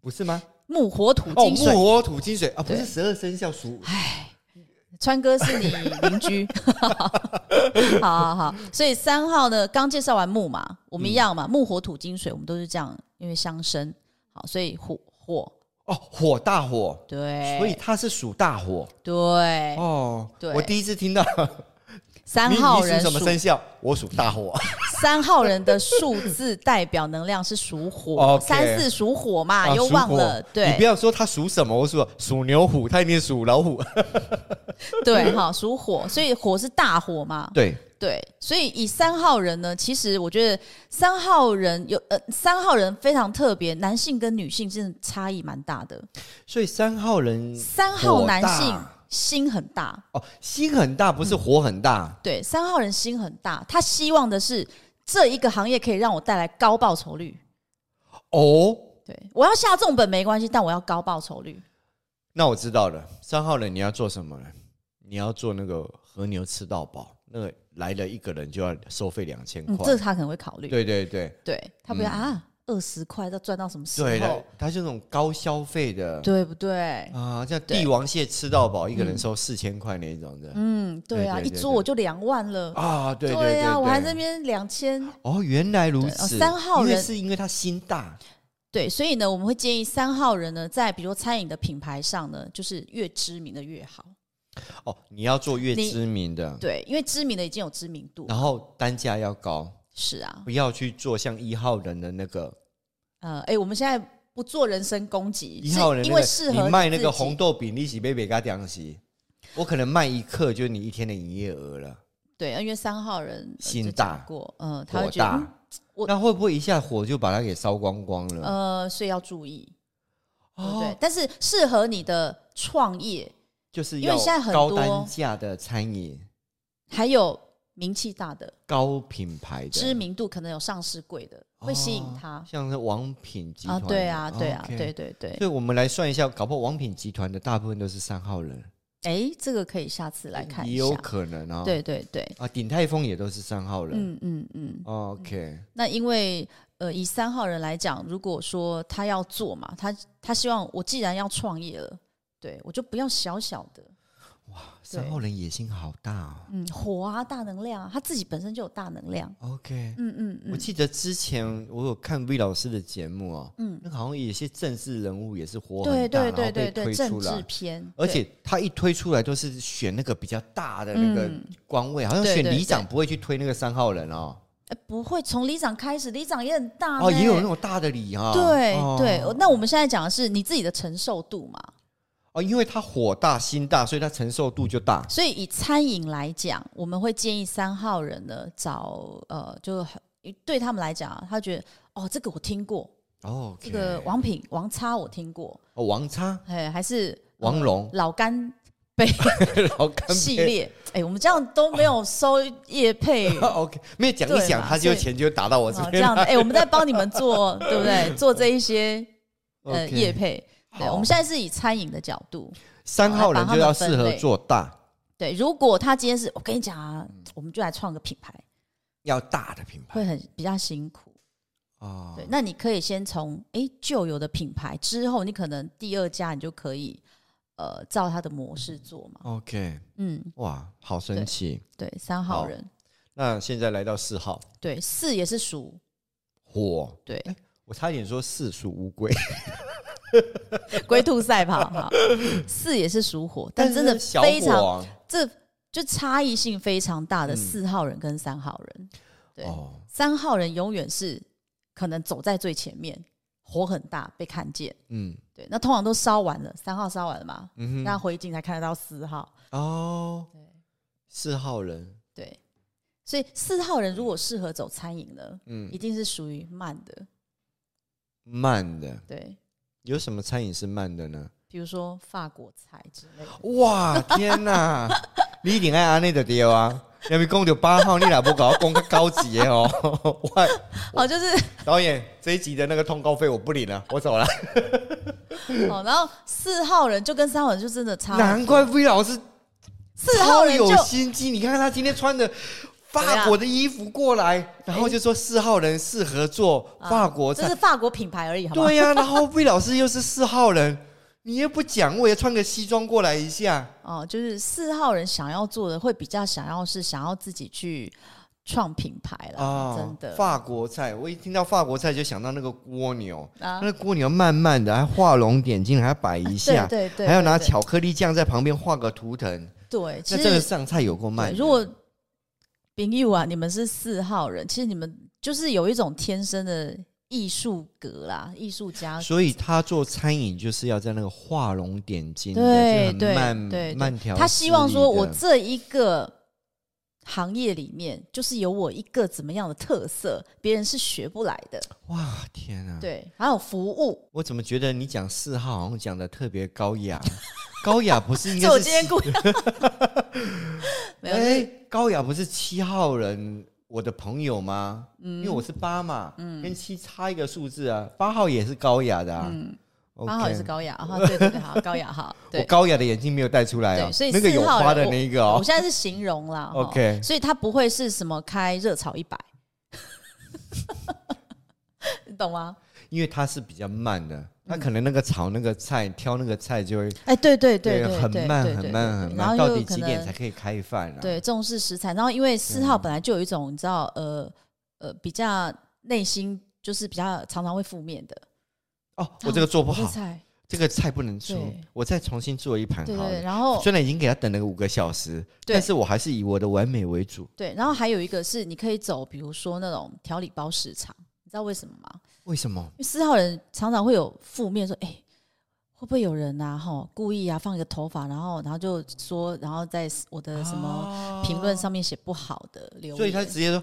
Speaker 2: 不是吗？
Speaker 1: 木火土
Speaker 2: 哦，
Speaker 1: 金
Speaker 2: 木
Speaker 1: 水。
Speaker 2: 火土金水啊，不
Speaker 1: 对
Speaker 2: 是十二生肖属
Speaker 1: 哎，川哥是你邻居， 好好好，所以三号呢，刚介绍完木嘛，我们一样嘛，
Speaker 2: 嗯
Speaker 1: 木火土金水，我们都是这样，因为相生，好，所以火火
Speaker 2: 哦，火大火，
Speaker 1: 对，
Speaker 2: 所以它是属大火
Speaker 1: 哎对
Speaker 2: 哦。
Speaker 1: 对
Speaker 2: 我第一次听到
Speaker 1: 三
Speaker 2: 你
Speaker 1: 号
Speaker 2: 你属
Speaker 1: 人
Speaker 2: 什么
Speaker 1: 属
Speaker 2: 生肖？我属大火。
Speaker 1: 三号人的数字代表能量是属火，
Speaker 2: OK
Speaker 1: 三四属火嘛，
Speaker 2: 啊
Speaker 1: 又
Speaker 2: 属
Speaker 1: 忘
Speaker 2: 火
Speaker 1: 了，
Speaker 2: 你不
Speaker 1: 对
Speaker 2: 要说他属什么，我说属牛虎，他一定属老虎。
Speaker 1: 对，哈，属火，所以火是大火嘛，
Speaker 2: 对，
Speaker 1: 对，所以以三号人呢，其实我觉得三号人有呃，三号人非常特别，男性跟女性真的差异蛮大的。
Speaker 2: 所以三号人
Speaker 1: 三号
Speaker 2: 火
Speaker 1: 男
Speaker 2: 大
Speaker 1: 性心很大，
Speaker 2: 哦，心很大，不是火很大。
Speaker 1: 对，三号人心很大，他希望的是这一个行业可以让我带来高报酬率。
Speaker 2: 哦，
Speaker 1: 对，我要下重本没关系，但我要高报酬率。
Speaker 2: 那我知道了。三号人你要做什么呢？你要做那个和牛吃到饱，那个来了一个人就要收费两千
Speaker 1: 嗯，
Speaker 2: 块。
Speaker 1: 这他可能会考虑。
Speaker 2: 对对对
Speaker 1: 对他不要、啊，二十块要赚到什么时
Speaker 2: 嗯对
Speaker 1: 候
Speaker 2: 的？，他是那种高消费的。
Speaker 1: 对不对？
Speaker 2: 啊，像帝王蟹吃到饱，一个人收四千块那一种的、
Speaker 1: 嗯，对啊，
Speaker 2: 对对
Speaker 1: 一
Speaker 2: 对
Speaker 1: 桌
Speaker 2: 对
Speaker 1: 我就两万了。
Speaker 2: 啊，对对
Speaker 1: 对
Speaker 2: 对
Speaker 1: 啊，我还
Speaker 2: 对
Speaker 1: 在那边两千。
Speaker 2: 哦，原来如
Speaker 1: 对哦
Speaker 2: 此。
Speaker 1: 三号
Speaker 2: 因为
Speaker 1: 人
Speaker 2: 是因为他心大，
Speaker 1: 对，所以呢，我们会建议三号人呢，在比如说餐饮的品牌上呢，就是越知名的越好。
Speaker 2: 哦，你要做越
Speaker 1: 你
Speaker 2: 知名的，
Speaker 1: 对，因为知名的已经有知名度。
Speaker 2: 然后单价要高，
Speaker 1: 是啊，
Speaker 2: 不要去做像一号人的那个
Speaker 1: 呃，哎、我们现在不做人身攻击，
Speaker 2: 一号人、那
Speaker 1: 是
Speaker 2: 个，
Speaker 1: 因为适合
Speaker 2: 你卖
Speaker 1: 自
Speaker 2: 那个
Speaker 1: 己
Speaker 2: 红豆饼，利息被别家讲息，我可能卖一克就是你一天的营业额了，
Speaker 1: 对，因为三号人呃
Speaker 2: 心
Speaker 1: 就讲
Speaker 2: 大
Speaker 1: 过，嗯、他
Speaker 2: 火
Speaker 1: 会觉得
Speaker 2: 大
Speaker 1: 嗯，我
Speaker 2: 那会不会一下火就把它给烧光光了？
Speaker 1: 呃，所以要注意，对呃不
Speaker 2: 哦
Speaker 1: 对？但是适合你的创业，
Speaker 2: 就是
Speaker 1: 因为
Speaker 2: 要
Speaker 1: 现在很
Speaker 2: 高
Speaker 1: 多
Speaker 2: 单价的餐饮，
Speaker 1: 还有名气大的、
Speaker 2: 高品牌的
Speaker 1: 知名度可能有上市贵的，会吸引
Speaker 2: 哦
Speaker 1: 他。
Speaker 2: 像是王品集
Speaker 1: 啊，
Speaker 2: 团的、哦
Speaker 1: 对啊，对啊，
Speaker 2: OK
Speaker 1: 对。对对，
Speaker 2: 所以我们来算一下，搞不好王品集团的大部分都是三号人，
Speaker 1: 哎，这个可以下次来看
Speaker 2: 也
Speaker 1: 一下
Speaker 2: 有。可能哦。
Speaker 1: 对对对，
Speaker 2: 啊，鼎泰丰也都是三号人。哦
Speaker 1: 嗯嗯嗯。
Speaker 2: OK，
Speaker 1: 那因为呃，以三号人来讲，如果说他要做嘛，他他希望我既然要创业了，对我就不要小小的，
Speaker 2: 三号人野心好大
Speaker 1: 嗯，火啊，大能量啊，他自己本身就有大能量，
Speaker 2: 哦。OK，
Speaker 1: 嗯嗯
Speaker 2: 我
Speaker 1: 嗯，
Speaker 2: 记得之前我有看 V 老师的节目哦，嗯，那个好像有些政治人物也是火
Speaker 1: 对
Speaker 2: 很大，
Speaker 1: 对
Speaker 2: 然后
Speaker 1: 对对
Speaker 2: 被
Speaker 1: 对，
Speaker 2: 推
Speaker 1: 政
Speaker 2: 出
Speaker 1: 治
Speaker 2: 来，
Speaker 1: 片，
Speaker 2: 而
Speaker 1: 对
Speaker 2: 且他一推出来都是选那个比较大的那个
Speaker 1: 嗯
Speaker 2: 官位，好像
Speaker 1: 对
Speaker 2: 选
Speaker 1: 对
Speaker 2: 里长
Speaker 1: 对
Speaker 2: 不会去推那个三号人哦，
Speaker 1: 呃不会从里长开始，里长也很大
Speaker 2: 哦，
Speaker 1: 呢
Speaker 2: 也有那种大的里哈，
Speaker 1: 啊对
Speaker 2: 哦
Speaker 1: 对，那我们现在讲的是你自己的承受度嘛，
Speaker 2: 哦，因为他火大心大，所以他承受度就大。
Speaker 1: 所以以餐饮来讲，我们会建议三号人呢找呃，就很对他们来讲啊，他觉得哦，这个我听过，
Speaker 2: 哦，
Speaker 1: 这个王品王叉我听过，
Speaker 2: 哦王叉
Speaker 1: 哎，还是
Speaker 2: 王龙
Speaker 1: 老干杯
Speaker 2: 老 干
Speaker 1: 系
Speaker 2: 杯
Speaker 1: 列，哎，我们这样都没有收叶配。
Speaker 2: OK，没有讲一
Speaker 1: 对
Speaker 2: 讲，
Speaker 1: 嘛
Speaker 2: 他就
Speaker 1: 所以
Speaker 2: 钱就打到我这
Speaker 1: 哦，这
Speaker 2: 边
Speaker 1: 样的，
Speaker 2: 来。
Speaker 1: 哎、我们在帮你们 做，对不对？做这一些呃
Speaker 2: OK，
Speaker 1: 业配，对，
Speaker 2: 好
Speaker 1: 我们现在是以餐饮的角度，
Speaker 2: 三号人就要
Speaker 1: 把他们
Speaker 2: 适
Speaker 1: 分
Speaker 2: 合
Speaker 1: 类
Speaker 2: 做大，
Speaker 1: 对。如果他今天是我跟你讲啊，
Speaker 2: 嗯
Speaker 1: 我们就来创个品牌，
Speaker 2: 要大的品牌
Speaker 1: 会很比较辛苦。
Speaker 2: 啊
Speaker 1: 对，那你可以先从哎旧有的品牌之后，你可能第二家你就可以呃照它的模式做嘛。
Speaker 2: OK，
Speaker 1: 嗯，
Speaker 2: 哇，好神
Speaker 1: 对
Speaker 2: 奇。
Speaker 1: 对，三号
Speaker 2: 好
Speaker 1: 人，
Speaker 2: 那现在来到四号
Speaker 1: 对，四也是属，
Speaker 2: 火，
Speaker 1: 对，
Speaker 2: 我差点说四属乌龟，
Speaker 1: 龟兔赛跑哈，四也是属火，但真的
Speaker 2: 是小
Speaker 1: 非常
Speaker 2: 火啊
Speaker 1: 这就差异性非常大的
Speaker 2: 嗯
Speaker 1: 四号人跟三号人，对
Speaker 2: 哦，
Speaker 1: 三号人永远是可能走在最前面，火很大，被看见。
Speaker 2: 嗯
Speaker 1: 对，那通常都烧完了，三号烧完了嘛，
Speaker 2: 嗯
Speaker 1: 那灰烬才看得到四号。
Speaker 2: 哼，哦
Speaker 1: 对，
Speaker 2: 四号人，
Speaker 1: 对，所以四号人如果适合走餐饮呢，
Speaker 2: 嗯
Speaker 1: 一，定是属于慢的。
Speaker 2: 慢的，
Speaker 1: 对，
Speaker 2: 有什么餐饮是慢的呢？
Speaker 1: 比如说法国菜之类的。
Speaker 2: 哇，天哪！你一定爱安内的对啊，要不讲到八号，你哪不搞讲个高级的哦？ 哇，
Speaker 1: 哦，就是
Speaker 2: 导演这一集的那个通告费我不领了，我走了。
Speaker 1: 哦，然后四号人就跟三号人就真的差很
Speaker 2: 难
Speaker 1: 多。
Speaker 2: 怪 V 老师
Speaker 1: 四号
Speaker 2: 超
Speaker 1: 人就
Speaker 2: 有心机，你看他今天穿的法国的衣服过来，然后就说四号人适合做
Speaker 1: 啊
Speaker 2: 法国
Speaker 1: 这
Speaker 2: 菜。
Speaker 1: 是法国品牌而已，好吗？
Speaker 2: 对呀、然后 V 老师又是四号人，你也不讲，我也穿个西装过来一下。
Speaker 1: 哦，就是四号人想要做的，会比较想要是想要自己去创品牌啦，啊真的。
Speaker 2: 啊哦法国菜，我一听到法国菜就想到那个蜗牛，
Speaker 1: 啊
Speaker 2: 那个蜗牛慢慢的还画龙点睛，还摆一下，
Speaker 1: 啊对对对，
Speaker 2: 还要拿
Speaker 1: 对
Speaker 2: 巧克力酱在旁边画个图腾，
Speaker 1: 对，
Speaker 2: 那
Speaker 1: 其
Speaker 2: 这
Speaker 1: 实
Speaker 2: 个上菜有够慢
Speaker 1: 对
Speaker 2: 的。
Speaker 1: 如果丙友啊，你们是四号人，其实你们就是有一种天生的艺术格啦，艺术家。
Speaker 2: 所以他做餐饮就是要在那个画龙点睛的，
Speaker 1: 对
Speaker 2: 就
Speaker 1: 对
Speaker 2: 很慢
Speaker 1: 对，
Speaker 2: 慢条斯理的。
Speaker 1: 他希望说我这一个行业里面，就是有我一个怎么样的特色，别人是学不来的。
Speaker 2: 哇天啊！
Speaker 1: 对，还有服务，
Speaker 2: 我怎么觉得你讲四号好像讲的特别高雅？啊 高雅不是应
Speaker 1: 所以我
Speaker 2: 该
Speaker 1: 今
Speaker 2: 是
Speaker 1: 天
Speaker 2: 七
Speaker 1: 故意 没有，
Speaker 2: 哎，高雅不是七号人我的
Speaker 1: 嗯
Speaker 2: 朋友吗？因为我是八嘛，跟七差一个数字啊，八号也是高雅的啊。OK
Speaker 1: 嗯八号也是高雅哈，对对对，好高雅哈，
Speaker 2: 我
Speaker 1: 对。
Speaker 2: 高雅的眼睛没有带出来哦
Speaker 1: 对，，所以
Speaker 2: 那个有
Speaker 1: 4号
Speaker 2: 花
Speaker 1: 人
Speaker 2: 的
Speaker 1: 我
Speaker 2: 那一个
Speaker 1: 我
Speaker 2: 哦。
Speaker 1: 现在是形容啦哈
Speaker 2: OK
Speaker 1: 所以它不会是什么开热炒一百， 你懂吗？
Speaker 2: 因为它是比较慢
Speaker 1: 嗯
Speaker 2: 的，它可能那个炒那个菜挑那个菜就会
Speaker 1: 哎，对对对，
Speaker 2: 很慢
Speaker 1: 对对
Speaker 2: 很
Speaker 1: 对对
Speaker 2: 慢很
Speaker 1: 然后
Speaker 2: 慢，到
Speaker 1: 又
Speaker 2: 底
Speaker 1: 可
Speaker 2: 几点
Speaker 1: 能
Speaker 2: 才可以开饭啊？
Speaker 1: 对重视食材，然后因为四号本来就有一种你知道呃呃比较内心就是比较常常会负面的，
Speaker 2: 哦，我这个做不
Speaker 1: 这
Speaker 2: 好，
Speaker 1: 菜
Speaker 2: 这个菜不能出
Speaker 1: 对，
Speaker 2: 我再重新做一盘
Speaker 1: 对
Speaker 2: 好
Speaker 1: 对，对
Speaker 2: 了。
Speaker 1: 然后
Speaker 2: 虽然已经给他等了五个小时，
Speaker 1: 对
Speaker 2: 但是我还是以我的完美为主。
Speaker 1: 对，然后还有一个是你可以走，比如说那种调理包市场，你知道为什么吗？
Speaker 2: 为什么？
Speaker 1: 因为四号人常常会有负面说，哎、会不会有人啊，哈，故意啊放一个头发，然后然后就说，然后在我的什么
Speaker 2: 么
Speaker 1: 评论上面写不好的留言，
Speaker 2: 哦所以他直接说。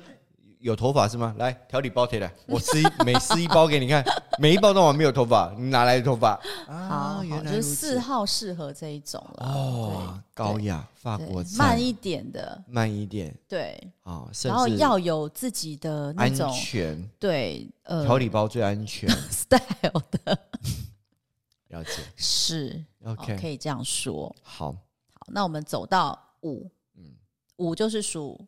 Speaker 2: 有头发是吗？来调理包贴来，我撕一每撕一包给你看， 每一包都我没有头发，你哪来的头发？啊
Speaker 1: 好好
Speaker 2: 哦原
Speaker 1: 啊就
Speaker 2: 来如
Speaker 1: 是
Speaker 2: 此
Speaker 1: 四号适合这一种了，
Speaker 2: 哦，高雅法
Speaker 1: 对对
Speaker 2: 国菜，
Speaker 1: 慢一点的，
Speaker 2: 慢一点
Speaker 1: 对，
Speaker 2: 啊，甚
Speaker 1: 然后
Speaker 2: 至
Speaker 1: 要有自己的那
Speaker 2: 安
Speaker 1: 种
Speaker 2: 全，
Speaker 1: 对呃
Speaker 2: 调理包最安全，
Speaker 1: style 的，
Speaker 2: 了解
Speaker 1: 是哦可
Speaker 2: ？OK，
Speaker 1: 以这样说。
Speaker 2: 好，
Speaker 1: 好，那我们走到五，
Speaker 2: 嗯
Speaker 1: 五就是属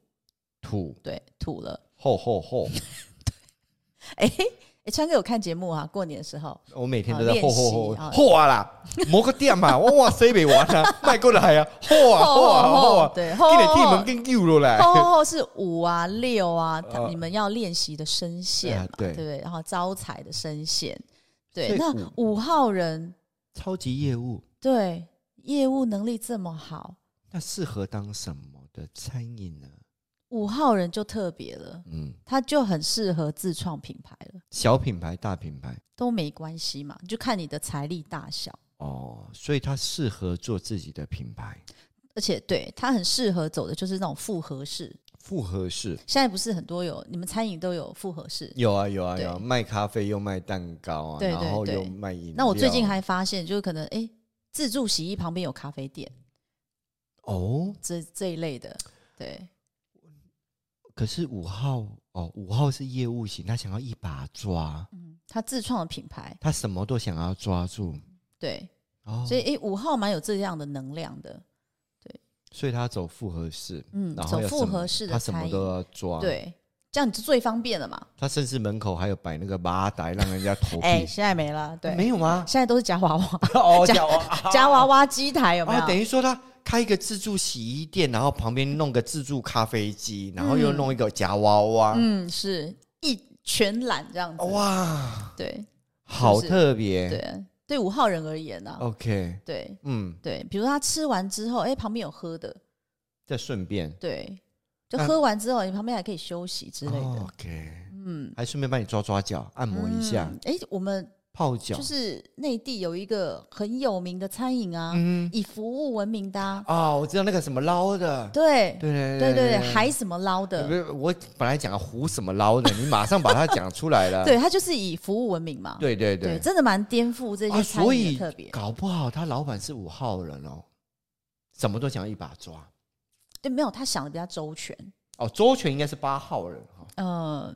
Speaker 2: 土
Speaker 1: 对土了。
Speaker 2: 厚厚厚，
Speaker 1: 哎、诶川哥有看节目啊？过年的时候，
Speaker 2: 我每天
Speaker 1: 啊
Speaker 2: 都在
Speaker 1: 练
Speaker 2: 嚯嚯
Speaker 1: 习
Speaker 2: 嚯
Speaker 1: 啊
Speaker 2: 嚯啊啦，磨个店嘛，我哇塞没完啊，卖过来啊，嚯啊嚯啊嚯啊，
Speaker 1: 对，
Speaker 2: 给
Speaker 1: 吼
Speaker 2: 你替
Speaker 1: 吼
Speaker 2: 门跟丢落来，
Speaker 1: 吼吼吼是五啊六啊，它
Speaker 2: 呃
Speaker 1: 你们要练习的声线嘛，
Speaker 2: 对啊对
Speaker 1: 对不对？然后招财的声线，对。
Speaker 2: 所以
Speaker 1: 那五号人
Speaker 2: 超级业务，
Speaker 1: 对业务能力这么好，
Speaker 2: 那适合当什么的餐饮呢？
Speaker 1: 五号人就特别了，
Speaker 2: 嗯，
Speaker 1: 他就很适合自创品牌了，
Speaker 2: 小品牌、大品牌
Speaker 1: 都没关系嘛，就看你的财力大小。
Speaker 2: 哦，所以它适合做自己的品牌，
Speaker 1: 而且对他很适合走的就是那种复合式，
Speaker 2: 复合式
Speaker 1: 现在不是很多有你们餐饮都有复合式。
Speaker 2: 有啊有啊
Speaker 1: 对
Speaker 2: 有啊，卖咖啡又卖蛋糕啊，
Speaker 1: 对对
Speaker 2: 然后
Speaker 1: 对
Speaker 2: 又卖饮料。
Speaker 1: 那我最近还发现，就是可能哎、诶自助洗衣旁边有咖啡店，
Speaker 2: 哦，
Speaker 1: 这这一类的，对，
Speaker 2: 可是五号哦，五号是业务型，他想要一把抓，
Speaker 1: 嗯，他自创的品牌，
Speaker 2: 他什么都想要抓住。
Speaker 1: 对，
Speaker 2: 哦，
Speaker 1: 所以哎，五、号蛮有这样的能量的，
Speaker 2: 所以他走复合式，
Speaker 1: 嗯，
Speaker 2: 然
Speaker 1: 走
Speaker 2: 后要
Speaker 1: 复
Speaker 2: 什么
Speaker 1: 合式的
Speaker 2: 他什
Speaker 1: 餐
Speaker 2: 么
Speaker 1: 饮，
Speaker 2: 都要啊抓。，
Speaker 1: 对，这样你就最方便了嘛。
Speaker 2: 他甚至门口还有摆那个麻袋，让人家投币。
Speaker 1: 哎、现在没了， 对，
Speaker 2: 没 有吗？
Speaker 1: 现在都是夹 娃娃、
Speaker 2: 哦，
Speaker 1: 夹
Speaker 2: 夹娃
Speaker 1: 夹娃娃机台，有没有？
Speaker 2: 啊，等于说他开一个自助洗衣店，然后旁边弄个自助咖啡机，然后又弄一个夹娃娃，
Speaker 1: 嗯，是一全揽这样子，
Speaker 2: 哇，
Speaker 1: 对
Speaker 2: 好特别。
Speaker 1: 对对，五号人而言呢、啊，
Speaker 2: 哦 OK，
Speaker 1: 对
Speaker 2: 嗯，
Speaker 1: 对，比如他吃完之后，哎、旁边有喝的，
Speaker 2: 再顺便
Speaker 1: 对，就
Speaker 2: 那
Speaker 1: 喝完之后，你旁边还可以休息之类的，
Speaker 2: 哦 OK，
Speaker 1: 嗯，
Speaker 2: 还顺便帮你抓抓脚、按摩一下、
Speaker 1: 嗯。哎、我们
Speaker 2: 泡脚
Speaker 1: 就。是内地有一个很有名的餐饮啊，
Speaker 2: 嗯，
Speaker 1: 以服务闻名的、 啊，
Speaker 2: 哦，我知道那个什么捞的，
Speaker 1: 对
Speaker 2: 对对
Speaker 1: 对
Speaker 2: 对
Speaker 1: 对，还什么捞的
Speaker 2: 不，是我本来讲个胡什么捞的，你马上把它讲出来 了。
Speaker 1: 对，它就是以服务闻名嘛。
Speaker 2: 对对
Speaker 1: 对，
Speaker 2: 对，
Speaker 1: 真的蛮颠覆这
Speaker 2: 啊，
Speaker 1: 些餐
Speaker 2: 所
Speaker 1: 饮
Speaker 2: 以
Speaker 1: 的特别。
Speaker 2: 搞不好他老板是五号人哦，什么都想要一把抓。
Speaker 1: 对，没有他想的比较周全。
Speaker 2: 哦，周全应该是八号人哈、
Speaker 1: 呃，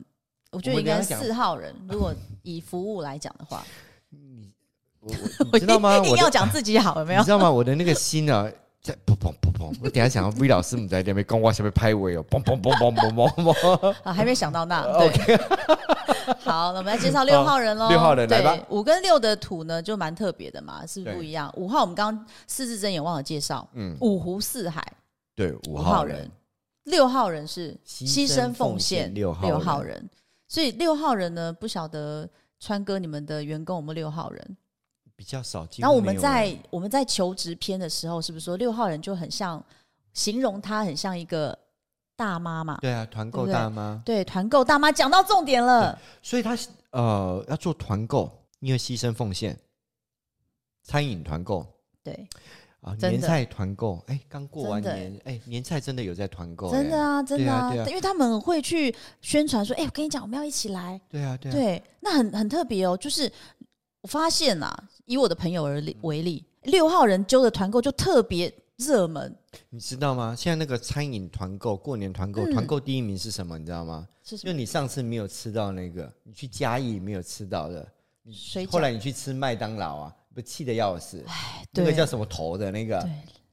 Speaker 1: 我觉
Speaker 2: 我
Speaker 1: 得
Speaker 2: 们
Speaker 1: 应该
Speaker 2: 等一下讲
Speaker 1: 四号人，如果以服务来讲的话，
Speaker 2: 我 我你知 道吗？
Speaker 1: 硬
Speaker 2: 我
Speaker 1: 要
Speaker 2: 的
Speaker 1: 讲自己好有没
Speaker 2: 你
Speaker 1: 有
Speaker 2: 知？道吗？我的那个心啊， 在砰砰砰砰，我等一下想要 V 老师们在那边跟我下面拍尾哦，砰砰砰砰砰 砰砰。
Speaker 1: 啊，还没想到 那。对，好，那我们来介绍六号人喽。
Speaker 2: 六号人
Speaker 1: 对
Speaker 2: 来吧。
Speaker 1: 五跟六的土呢，就蛮特别的嘛，是不
Speaker 2: 对
Speaker 1: 不一样。五号我们刚刚四字真也忘了介绍，
Speaker 2: 嗯，
Speaker 1: 五湖四海，
Speaker 2: 对，
Speaker 1: 五
Speaker 2: 五
Speaker 1: 号
Speaker 2: 号
Speaker 1: 人
Speaker 2: 人，
Speaker 1: 六号人是
Speaker 2: 牺
Speaker 1: 牺牲
Speaker 2: 牲
Speaker 1: 奉
Speaker 2: 奉
Speaker 1: 献
Speaker 2: 献六号
Speaker 1: 六号
Speaker 2: 人
Speaker 1: 人，所以六号人呢，不晓得川哥你们的员工有没有六号人？
Speaker 2: 比较少见。
Speaker 1: 然后我们在我们在求职篇的时候，是不是说六号人就很像形容他很像一个大妈嘛？
Speaker 2: 对啊，
Speaker 1: 对
Speaker 2: 团购
Speaker 1: 不对
Speaker 2: 大妈，
Speaker 1: 对，团购大妈讲到重点了，
Speaker 2: 所以他呃要做团购，因为牺牲奉献，餐饮团购
Speaker 1: 对，
Speaker 2: 啊，
Speaker 1: 真的
Speaker 2: 年菜团购，哎，刚过完
Speaker 1: 真的
Speaker 2: 年，哎，年菜真的有在团购，
Speaker 1: 真的
Speaker 2: 哎，
Speaker 1: 啊，真的
Speaker 2: 对啊对啊
Speaker 1: 因为他们很会去宣传说，哎，我跟你讲，我们要一起来，
Speaker 2: 对啊，对啊，
Speaker 1: 对，那很很特别哦。就是我发现啊，以我的朋友而例
Speaker 2: 嗯
Speaker 1: 为例，六号人揪的团购就特别热门，
Speaker 2: 你知道吗？现在那个餐饮团购，过年团购，
Speaker 1: 嗯
Speaker 2: 团购第一名是什么？你知道吗？
Speaker 1: 是什
Speaker 2: 就
Speaker 1: 么？
Speaker 2: 你上次没有吃到那个，你去嘉义没有吃到的，你
Speaker 1: 水饺
Speaker 2: 后来你去吃麦当劳啊，不气得要死，那
Speaker 1: 对，
Speaker 2: 个叫什么头的那个，
Speaker 1: 对，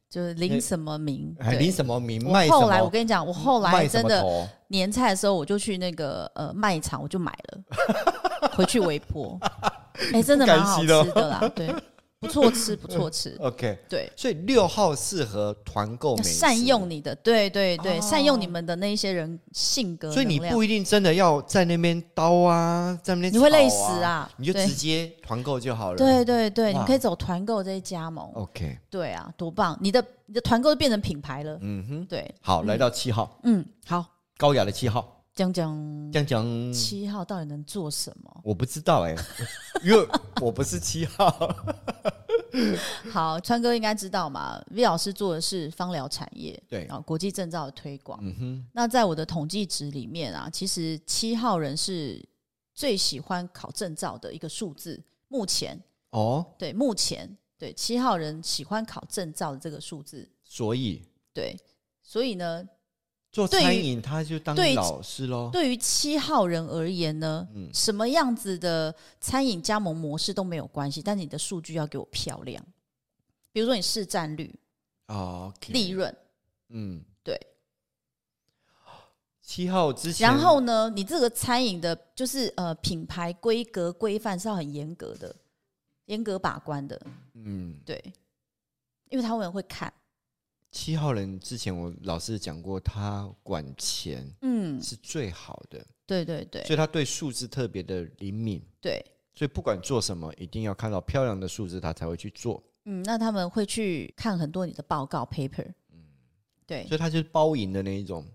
Speaker 1: 就是林什么名？
Speaker 2: 哎
Speaker 1: 对
Speaker 2: 林什么名
Speaker 1: 我
Speaker 2: 卖什么？
Speaker 1: 后来我跟你讲，我后来
Speaker 2: 卖什
Speaker 1: 真
Speaker 2: 么
Speaker 1: 的
Speaker 2: 头
Speaker 1: 年菜的时候，我就去那个呃卖场，我就买了，回去微 波。哎、真的蛮好
Speaker 2: 哦
Speaker 1: 吃的啦，对，不错吃，不错吃，
Speaker 2: OK，
Speaker 1: 对，
Speaker 2: 所以六号适合团购
Speaker 1: 要
Speaker 2: 美食，
Speaker 1: 善用你的，对对对，
Speaker 2: 哦
Speaker 1: 善用你们的那一些人性格
Speaker 2: 所以你
Speaker 1: 能量
Speaker 2: 不一定真的要在那边刀啊，在那边、
Speaker 1: 你会累死
Speaker 2: 啊，
Speaker 1: 啊，
Speaker 2: 你就
Speaker 1: 对
Speaker 2: 直接团购就好了。
Speaker 1: 对对对，你
Speaker 2: 哇哦
Speaker 1: 可以走团购这些加盟，
Speaker 2: ，OK，
Speaker 1: 对啊，多棒！你的你的团购变成品牌了，
Speaker 2: 嗯哼，
Speaker 1: 对，
Speaker 2: 好，
Speaker 1: 嗯
Speaker 2: 来到七号，
Speaker 1: 嗯，好，
Speaker 2: 高雅的七号，
Speaker 1: 讲讲
Speaker 2: 江江，
Speaker 1: 七号到底能做什么？
Speaker 2: 我不知道哎、 因为我不是七号，
Speaker 1: 好，川哥应该知道嘛，V 老师做的是芳疗产业，
Speaker 2: 对，
Speaker 1: 啊，国际证照的推广。
Speaker 2: 嗯哼，
Speaker 1: 那在我的统计值里面啊，其实七号人是最喜欢考证照的一个数字。目前，
Speaker 2: 哦，
Speaker 1: 对，目前对七号人喜欢考证照的这个数字，
Speaker 2: 所以
Speaker 1: 对，所以呢，
Speaker 2: 做
Speaker 1: 对于
Speaker 2: 餐饮他就当
Speaker 1: 对
Speaker 2: 老师喽，
Speaker 1: 对于七号人而言呢，
Speaker 2: 哦嗯
Speaker 1: 什么样子的餐饮加盟模式都没有关系，但你的数据要给我漂亮，比如说你市占率、
Speaker 2: 哦，OK，
Speaker 1: 利润。
Speaker 2: 嗯，
Speaker 1: 对。
Speaker 2: 七号之前，
Speaker 1: 然后呢，你这个餐饮的，就是呃品牌规格规范是要很严格的，严格把关的，
Speaker 2: 嗯，
Speaker 1: 对，因为他们会看，
Speaker 2: 七号人之前我老师讲过，他管钱
Speaker 1: 嗯，
Speaker 2: 是最好的，
Speaker 1: 对对对
Speaker 2: 所以他对数字特别的灵敏，
Speaker 1: 对，
Speaker 2: 所以不管做什么，一定要看到漂亮的数字，他才会去做。
Speaker 1: 嗯，那他们会去看很多你的报告 paper，嗯，对
Speaker 2: 所，以他就是包赢的那一种，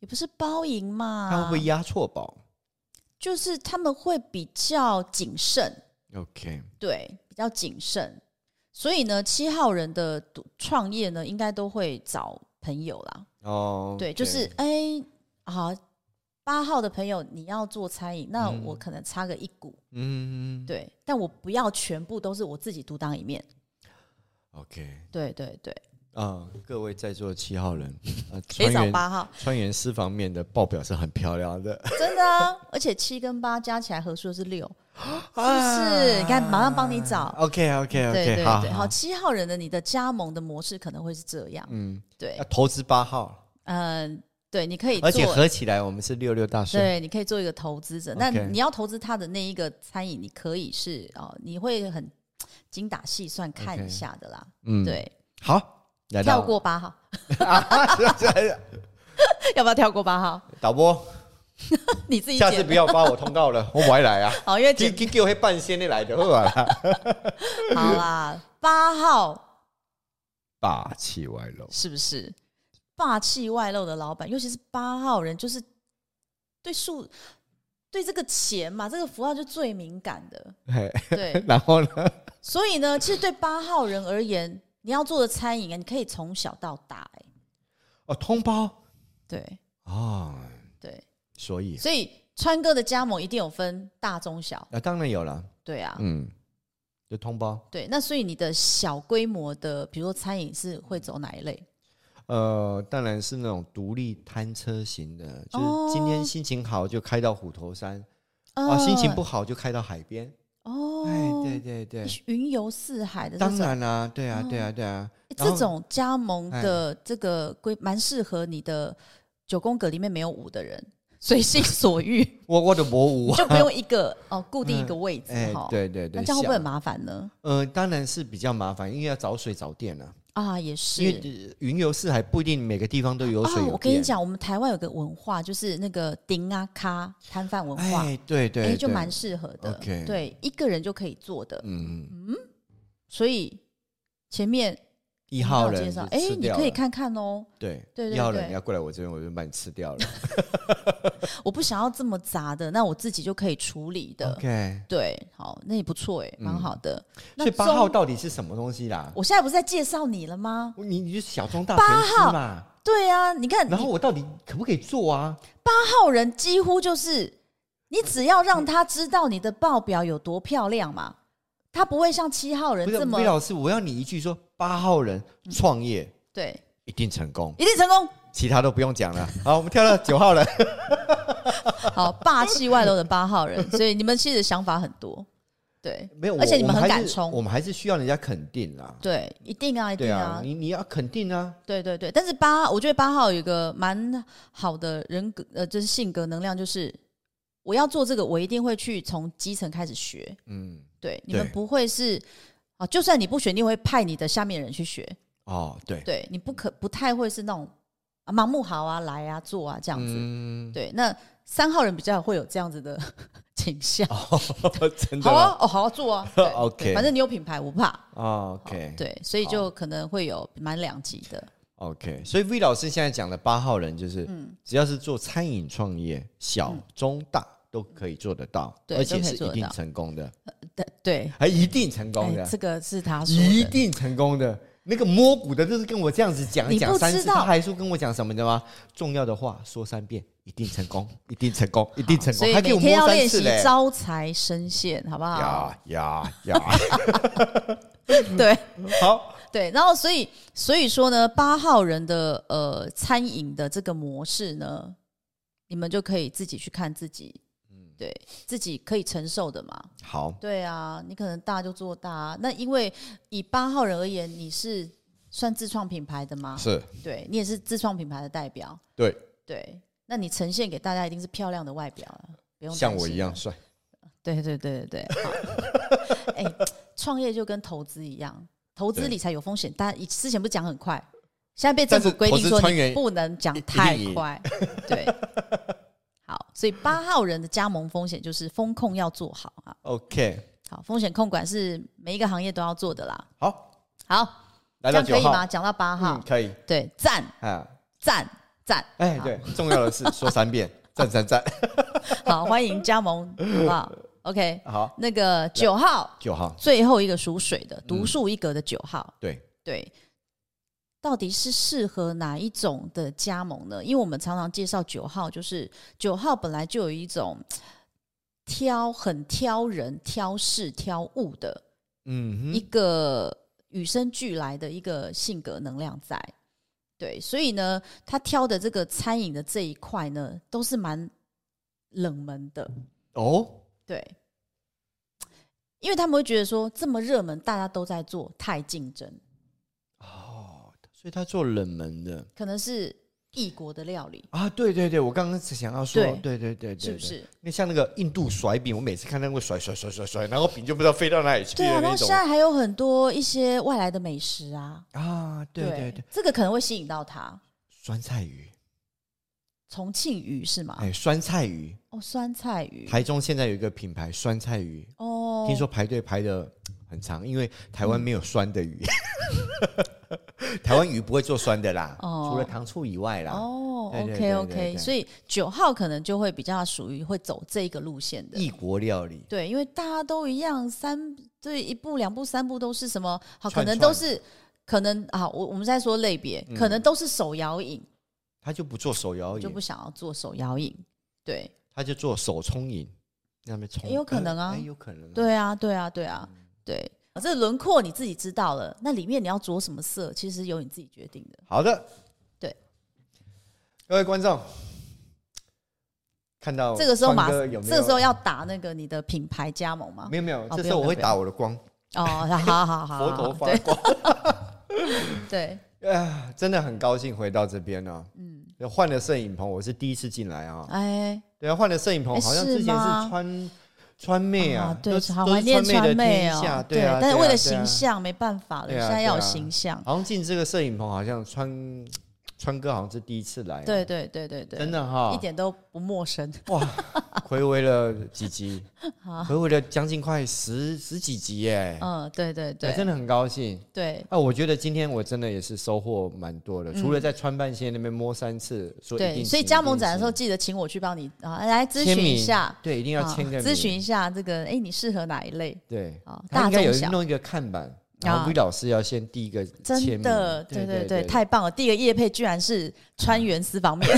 Speaker 1: 也不是包赢嘛，
Speaker 2: 他会不会押错宝
Speaker 1: 就是他们会比较谨慎，
Speaker 2: ？OK，
Speaker 1: 对，比较谨慎，所以呢，七号人的独创业呢，应该都会找朋友啦。
Speaker 2: 哦，
Speaker 1: 对，就是哎，好，八号的朋友你要做餐饮，那
Speaker 2: 嗯
Speaker 1: 我可能插个一股，
Speaker 2: 嗯
Speaker 1: 对，但我不要全部都是我自己独当一面。
Speaker 2: ，OK
Speaker 1: 对对对，
Speaker 2: 啊，各位在座的七号人， 呃
Speaker 1: 可以
Speaker 2: 川
Speaker 1: 找
Speaker 2: 原
Speaker 1: 八号，
Speaker 2: 川原私房面的报表是很漂亮的，
Speaker 1: 真的啊！而且七跟八加起来合数是六，
Speaker 2: 是
Speaker 1: 不是你看马上帮你找
Speaker 2: OK OK
Speaker 1: 对
Speaker 2: 啊 OK，
Speaker 1: 对
Speaker 2: 好
Speaker 1: 对，好，，七号人的你的加盟的模式可能会是这样，
Speaker 2: 嗯，
Speaker 1: 对
Speaker 2: 要，投资八号，
Speaker 1: 嗯，对，你可以
Speaker 2: 而且
Speaker 1: 做。
Speaker 2: 合起来我们是六六大顺。
Speaker 1: 对，你可以做一个投资者。那
Speaker 2: OK
Speaker 1: 你要投资他的那一个餐饮，你可以是哦，你会很精打细算看一
Speaker 2: OK
Speaker 1: 下的啦。
Speaker 2: 嗯，
Speaker 1: 对，
Speaker 2: 好，来到
Speaker 1: 跳过八号，
Speaker 2: 啊，
Speaker 1: 要不要跳过八号？
Speaker 2: 导播，
Speaker 1: 你自己
Speaker 2: 下次
Speaker 1: 剪
Speaker 2: 不要发我通告了，我不会 来啊，
Speaker 1: 好，因为
Speaker 2: 给
Speaker 1: 剪
Speaker 2: 给给我会半仙的来的，好吧？
Speaker 1: 好啦，八号
Speaker 2: 霸气外露，
Speaker 1: 是不是霸气外露的老板？尤其是八号人，就是对数对这个钱嘛，这个符号就最敏感 的。
Speaker 2: 嘿，
Speaker 1: 对
Speaker 2: 然后呢？
Speaker 1: 所以呢，其实对八号人而言，你要做的餐饮啊，你可以从小到大、哎，
Speaker 2: 哦，通包
Speaker 1: 对
Speaker 2: 哦，
Speaker 1: 对，
Speaker 2: 所以
Speaker 1: 所以川哥的加盟一定有分大中小，
Speaker 2: 啊，当然有了，
Speaker 1: 对啊。
Speaker 2: 嗯，就通包。
Speaker 1: 对，那所以你的小规模的，比如说餐饮是会走哪一类？
Speaker 2: 呃，当然是那种独立摊车型的，就是今
Speaker 1: 哦
Speaker 2: 天心情好就开到虎头山，啊，心情不好就开到海边。
Speaker 1: 呃哦，
Speaker 2: 哎，对对对，
Speaker 1: 云游四海的这
Speaker 2: 当
Speaker 1: 种，
Speaker 2: 然啦、对啊，对啊，对啊。
Speaker 1: 欸
Speaker 2: 然后
Speaker 1: 这种加盟的哎这个规蛮适合你的九宫格里面没有五的人，随心所 欲，
Speaker 2: 我我的魔舞，
Speaker 1: 就不用一个哦固定一个位置
Speaker 2: 哎
Speaker 1: 哈、，
Speaker 2: 对对对，
Speaker 1: 那这样会不会很
Speaker 2: 小？
Speaker 1: 麻烦呢？
Speaker 2: 呃，当然是比较麻烦，因为要找水找电啊，
Speaker 1: 啊，也
Speaker 2: 因为
Speaker 1: 是。
Speaker 2: 呃云游四海不一定每个地方都有水有
Speaker 1: 啊，
Speaker 2: 电。
Speaker 1: 我跟你，讲，我们台湾有个文化，就是那个顶啊咖摊贩文化，哎、
Speaker 2: 哎，对对，
Speaker 1: 就
Speaker 2: 对
Speaker 1: 蛮适合的。
Speaker 2: OK
Speaker 1: 对，一个人就可以做的。
Speaker 2: 嗯，嗯
Speaker 1: 所以前面
Speaker 2: 一号人
Speaker 1: 介绍，
Speaker 2: 就
Speaker 1: 哎、
Speaker 2: 吃
Speaker 1: 你
Speaker 2: 掉
Speaker 1: 可以
Speaker 2: 了，
Speaker 1: 看看哦。
Speaker 2: 对
Speaker 1: 对对
Speaker 2: 一号
Speaker 1: 对
Speaker 2: 人要过来我这边，我就把你吃掉了。
Speaker 1: 我不想要这么杂的，那我自己就可以处理的。
Speaker 2: OK，
Speaker 1: 对，好，那也不错哎，蛮好的。那
Speaker 2: 嗯所以八号
Speaker 1: 中，
Speaker 2: 到底是什么东西啦？
Speaker 1: 我现在不是在介绍你了吗？
Speaker 2: 你你就小庄大全
Speaker 1: 八
Speaker 2: 吃嘛，
Speaker 1: 对啊，你看，
Speaker 2: 然后
Speaker 1: 你
Speaker 2: 我到底可不可以做啊？
Speaker 1: 八号人几乎就是，你只要让他知道你的报表有多漂亮嘛，他不会像七号人
Speaker 2: 不是
Speaker 1: 这么
Speaker 2: 魏老师，我要你一句说，八号人创业
Speaker 1: 对，
Speaker 2: 一定成功，
Speaker 1: 一定成功。
Speaker 2: 其他都不用讲 了。好，我们跳到九号人，
Speaker 1: 好，霸气外露的八号人，所以你们其实想法很多，对
Speaker 2: 没有，
Speaker 1: 而且
Speaker 2: 我
Speaker 1: 你们
Speaker 2: 我
Speaker 1: 很
Speaker 2: 还是
Speaker 1: 敢冲
Speaker 2: 我们还是需要人家肯定啦。
Speaker 1: 对，一定啊，一
Speaker 2: 对
Speaker 1: 定
Speaker 2: 啊
Speaker 1: 啊，，
Speaker 2: 你你要肯定啊，
Speaker 1: 对对对，但是八，我觉得八号有一个蛮好的人格，呃，就是性格能量，就是我要做这个，我一定会去从基层开始学。
Speaker 2: 嗯，
Speaker 1: 对，你们
Speaker 2: 对
Speaker 1: 不会是啊，就算你不学，你也会派你的下面人去学。
Speaker 2: 哦，对，
Speaker 1: 对，你不可不太会是那种、啊、盲目好啊，来啊，做啊这样子。
Speaker 2: 嗯，
Speaker 1: 对，那三号人比较会有这样子的 倾向。
Speaker 2: 哦 真的
Speaker 1: 好
Speaker 2: 吗
Speaker 1: 啊，哦，好好做 啊。对
Speaker 2: OK
Speaker 1: 对反正你有品牌，我不怕。好
Speaker 2: 哦，OK，
Speaker 1: 对，所以就可能会有蛮两极的。
Speaker 2: OK，所以 V 老师现在讲的八号人就是，
Speaker 1: 嗯
Speaker 2: 只要是做餐饮创业，小、中、大都可以做得到，
Speaker 1: 对
Speaker 2: 而
Speaker 1: 都
Speaker 2: 且
Speaker 1: 可以
Speaker 2: 是
Speaker 1: 做
Speaker 2: 一
Speaker 1: 得
Speaker 2: 定
Speaker 1: 到
Speaker 2: 成功的，
Speaker 1: 对对，
Speaker 2: 还一定成功的，
Speaker 1: 哎，这个是他说
Speaker 2: 一
Speaker 1: 的。
Speaker 2: 定成功的。那个摸骨的，就是跟我这样子讲
Speaker 1: 你不
Speaker 2: 讲三次，
Speaker 1: 知道
Speaker 2: 他还说跟我讲什么的吗？重要的话说三遍，一定成功，一定成功，一定成
Speaker 1: 所
Speaker 2: 功，
Speaker 1: 以
Speaker 2: 还给
Speaker 1: 每
Speaker 2: 我
Speaker 1: 天
Speaker 2: 摸
Speaker 1: 要
Speaker 2: 三
Speaker 1: 练
Speaker 2: 次
Speaker 1: 习
Speaker 2: 嘞！
Speaker 1: 招啊财生现，好不好？
Speaker 2: 呀呀 呀！
Speaker 1: 对
Speaker 2: 好，
Speaker 1: 对，然后所以所以说呢，八号人的呃餐饮的这个模式呢，你们就可以自己去看自己，
Speaker 2: 嗯
Speaker 1: 对自己可以承受的嘛。
Speaker 2: 好，
Speaker 1: 对啊，你可能大就做大、啊，那因为以八号人而言，你是算自创品牌的 吗？
Speaker 2: 是
Speaker 1: 对你也是自创品牌的代表，
Speaker 2: 对，
Speaker 1: 对，那你呈现给大家一定是漂亮的外表了，不用
Speaker 2: 像
Speaker 1: 担
Speaker 2: 我
Speaker 1: 心
Speaker 2: 一样帅。
Speaker 1: 对对对对对，好。哎、创业就跟投资一样，投资
Speaker 2: 对
Speaker 1: 理财有风险，但以之前不是讲很快，现在被政府
Speaker 2: 但是
Speaker 1: 规定
Speaker 2: 投资
Speaker 1: 说
Speaker 2: 穿
Speaker 1: 你
Speaker 2: 越
Speaker 1: 不能讲
Speaker 2: 一定
Speaker 1: 太
Speaker 2: 赢
Speaker 1: 快。对，好，所以八号人的加盟风险就是风控要做好啊。
Speaker 2: OK，
Speaker 1: 好，风险控管是每一个行业都要做的啦。
Speaker 2: 好，
Speaker 1: 好，这
Speaker 2: 来到
Speaker 1: 样可
Speaker 2: 九
Speaker 1: 以吗？
Speaker 2: 号，
Speaker 1: 讲到八号
Speaker 2: 嗯，，可以
Speaker 1: 对，赞
Speaker 2: 啊。
Speaker 1: 赞赞，
Speaker 2: 哎，对，重要 的是说三遍，赞赞赞。
Speaker 1: 好，欢迎加盟，好不好？OK，
Speaker 2: 好，
Speaker 1: 那个九号
Speaker 2: 九号，嗯
Speaker 1: 最后一个属水的，独树一格的九号，
Speaker 2: 对，
Speaker 1: 对，到底是适合哪一种的加盟呢？因为我们常常介绍九号，就是九号本来就有一种挑很挑人、挑事、挑物的
Speaker 2: 嗯
Speaker 1: 一
Speaker 2: 哼，
Speaker 1: 个与生俱来的一个性格能量在。对，所以呢，他挑的这个餐饮的这一块呢，都是蛮冷门的。
Speaker 2: 哦，
Speaker 1: 对，因为他们会觉得说这么热门，大家都在做，太竞争，
Speaker 2: 哦，所以他做冷门的
Speaker 1: 可能是异国的料理，
Speaker 2: 啊，对对对，我刚刚想要说，
Speaker 1: 对
Speaker 2: 对对对对对，
Speaker 1: 是不是？
Speaker 2: 那像那个印度甩饼，我每次看他会甩甩甩甩甩，然后饼就不知道飞到哪里去
Speaker 1: 对
Speaker 2: 的
Speaker 1: 啊，然后
Speaker 2: 那
Speaker 1: 现
Speaker 2: 种
Speaker 1: 在还有很多一些外来的美食啊，
Speaker 2: 啊，对对对，，
Speaker 1: 这个可能会吸引到他。
Speaker 2: 酸菜鱼，
Speaker 1: 重庆鱼是吗？
Speaker 2: 哎，酸菜鱼，
Speaker 1: 哦，酸菜鱼
Speaker 2: 台中现在有一个品牌酸菜鱼，
Speaker 1: 哦，
Speaker 2: 听说排队排的很长，因为台湾没有酸的鱼， 台湾鱼不会做酸的啦，
Speaker 1: 嗯哦
Speaker 2: 除了糖醋以外啦。
Speaker 1: 哦
Speaker 2: 啊对对
Speaker 1: ，OK
Speaker 2: 对
Speaker 1: OK，
Speaker 2: 对
Speaker 1: 所以九号可能就会比较属于会走这个路线的。
Speaker 2: 异国料理，
Speaker 1: 对，因为大家都一样，三对一步、两步、三步都是什么？好，可
Speaker 2: 串嗯
Speaker 1: 能
Speaker 2: 串
Speaker 1: 都是可能啊，我我们在说类别，可能都是手摇饮，
Speaker 2: 他就不做手摇
Speaker 1: 我就
Speaker 2: 饮
Speaker 1: 不，想要做手摇饮。对，
Speaker 2: 他就做手冲饮，那边冲，
Speaker 1: 也有可能啊
Speaker 2: 哎有可能、啊。，
Speaker 1: 对啊，对啊，对啊，
Speaker 2: 嗯
Speaker 1: 对。啊这轮廓你自己知道了，那里面你要着什么色，其实由你自己决定的。
Speaker 2: 好的，
Speaker 1: 对，
Speaker 2: 各位观众，看到
Speaker 1: 这个时候马，
Speaker 2: 哦川哥有没有？
Speaker 1: 这个时候要打那个你的品牌加盟吗？
Speaker 2: 没有没有，
Speaker 1: 不
Speaker 2: 这时
Speaker 1: 用
Speaker 2: 候我
Speaker 1: 不
Speaker 2: 会
Speaker 1: 用
Speaker 2: 打我的光，
Speaker 1: 哦，好好好好，
Speaker 2: 佛头
Speaker 1: 好
Speaker 2: 发光。
Speaker 1: 对对，
Speaker 2: 啊， 真的很高兴回到这边呢、哦
Speaker 1: 嗯，
Speaker 2: 换了摄影棚，我是第一次进来啊。
Speaker 1: 哎，
Speaker 2: 对啊，换了摄影棚，
Speaker 1: 哎
Speaker 2: 好像
Speaker 1: 是
Speaker 2: 之前
Speaker 1: 吗
Speaker 2: 是川川妹啊，
Speaker 1: 对
Speaker 2: 都，
Speaker 1: 好
Speaker 2: 都
Speaker 1: 怀
Speaker 2: 是
Speaker 1: 念
Speaker 2: 川妹的
Speaker 1: 妹
Speaker 2: 天
Speaker 1: 哦
Speaker 2: 下，，
Speaker 1: 对
Speaker 2: 啊。，
Speaker 1: 但是
Speaker 2: 对
Speaker 1: 为
Speaker 2: 啊
Speaker 1: 了
Speaker 2: 对
Speaker 1: 形
Speaker 2: 啊
Speaker 1: 象没办法了，
Speaker 2: 对啊
Speaker 1: 现在要有
Speaker 2: 对啊
Speaker 1: 形象。
Speaker 2: 好像进这个摄影棚，好像川川哥好像是第一次来、啊，
Speaker 1: 对，对对对对，
Speaker 2: 真的啊哎哈、
Speaker 1: 一点都不陌生。
Speaker 2: 哇， 回味了几集，
Speaker 1: 好
Speaker 2: 回味了将近快十十几集耶，
Speaker 1: 嗯，对对
Speaker 2: 对，哎真
Speaker 1: 对
Speaker 2: 的很高兴。
Speaker 1: 对，
Speaker 2: 啊，我觉得今天我真的也是收获蛮多的，除了在川半线那边摸三次，说一定
Speaker 1: 嗯对，所以
Speaker 2: 行
Speaker 1: 加
Speaker 2: 一定
Speaker 1: 盟展的时候
Speaker 2: 行
Speaker 1: 记得请我去帮你啊，来咨
Speaker 2: 签
Speaker 1: 询一
Speaker 2: 名
Speaker 1: 下，
Speaker 2: 对，一定要
Speaker 1: 啊
Speaker 2: 签个名，
Speaker 1: 咨询一下这个，哎，你适合哪一类
Speaker 2: 对，
Speaker 1: 啊？
Speaker 2: 他
Speaker 1: 大
Speaker 2: 应该有
Speaker 1: 众小。
Speaker 2: 弄一个看板，然
Speaker 1: 啊
Speaker 2: 后 V 老师要先第一个签
Speaker 1: 真
Speaker 2: 名
Speaker 1: 的，对
Speaker 2: 对
Speaker 1: 对对，
Speaker 2: 对，嗯
Speaker 1: 太棒了！第一个叶配居然是川原私房 面。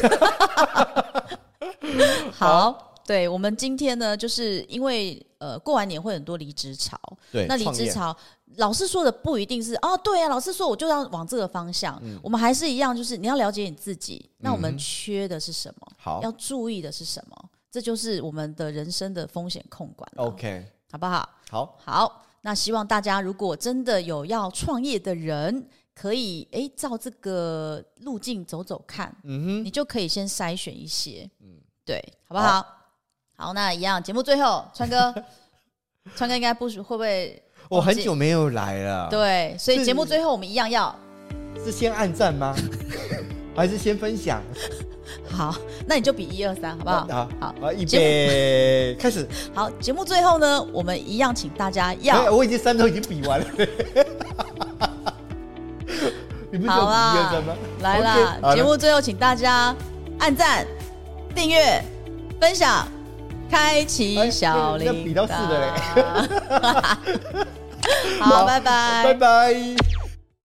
Speaker 1: 好，对我们今天呢，就是因为呃，过完年会很多离职潮，
Speaker 2: 对
Speaker 1: 那离
Speaker 2: 创
Speaker 1: 职
Speaker 2: 业
Speaker 1: 潮，老师说的不一定是哦，对啊，老师说我就要往这个方向，
Speaker 2: 嗯
Speaker 1: 我们还是一样，就是你要了解你自己，那我们缺的是什么，
Speaker 2: 好
Speaker 1: 要注意的是什么，这就是我们的人生的风险控管了
Speaker 2: ，OK，
Speaker 1: 好不好？
Speaker 2: 好，
Speaker 1: 好，那希望大家如果真的有要创业的人，可以诶照这个路径走走看，
Speaker 2: 嗯
Speaker 1: 你就可以先筛选一些，嗯，对，好不好？好，那一样，节目最后，川哥， 川哥应该不会不会
Speaker 2: 哼，我很
Speaker 1: 记
Speaker 2: 久没有来了，，
Speaker 1: 对，所以
Speaker 2: 是
Speaker 1: 节目最后我们一样要
Speaker 2: 是先按赞 吗？还是先分享？
Speaker 1: 好，那你就比一二三好不好？
Speaker 2: 好，
Speaker 1: 好，
Speaker 2: 好，预
Speaker 1: 节目
Speaker 2: 备， 开始。
Speaker 1: 好，节目最后呢，我们一样请大家
Speaker 2: 哎
Speaker 1: 要
Speaker 2: 我已经三都已经 比完了。 你不是有
Speaker 1: 好
Speaker 2: 比一二
Speaker 1: 啦
Speaker 2: 三吗？，
Speaker 1: 来
Speaker 2: OK，好
Speaker 1: 啦，
Speaker 2: 了
Speaker 1: 节目最后请大家按赞、订阅、分享、开
Speaker 2: 哎
Speaker 1: 启小
Speaker 2: 那那
Speaker 1: 铃铛。
Speaker 2: 比到四的
Speaker 1: 好，拜拜，
Speaker 2: 拜拜。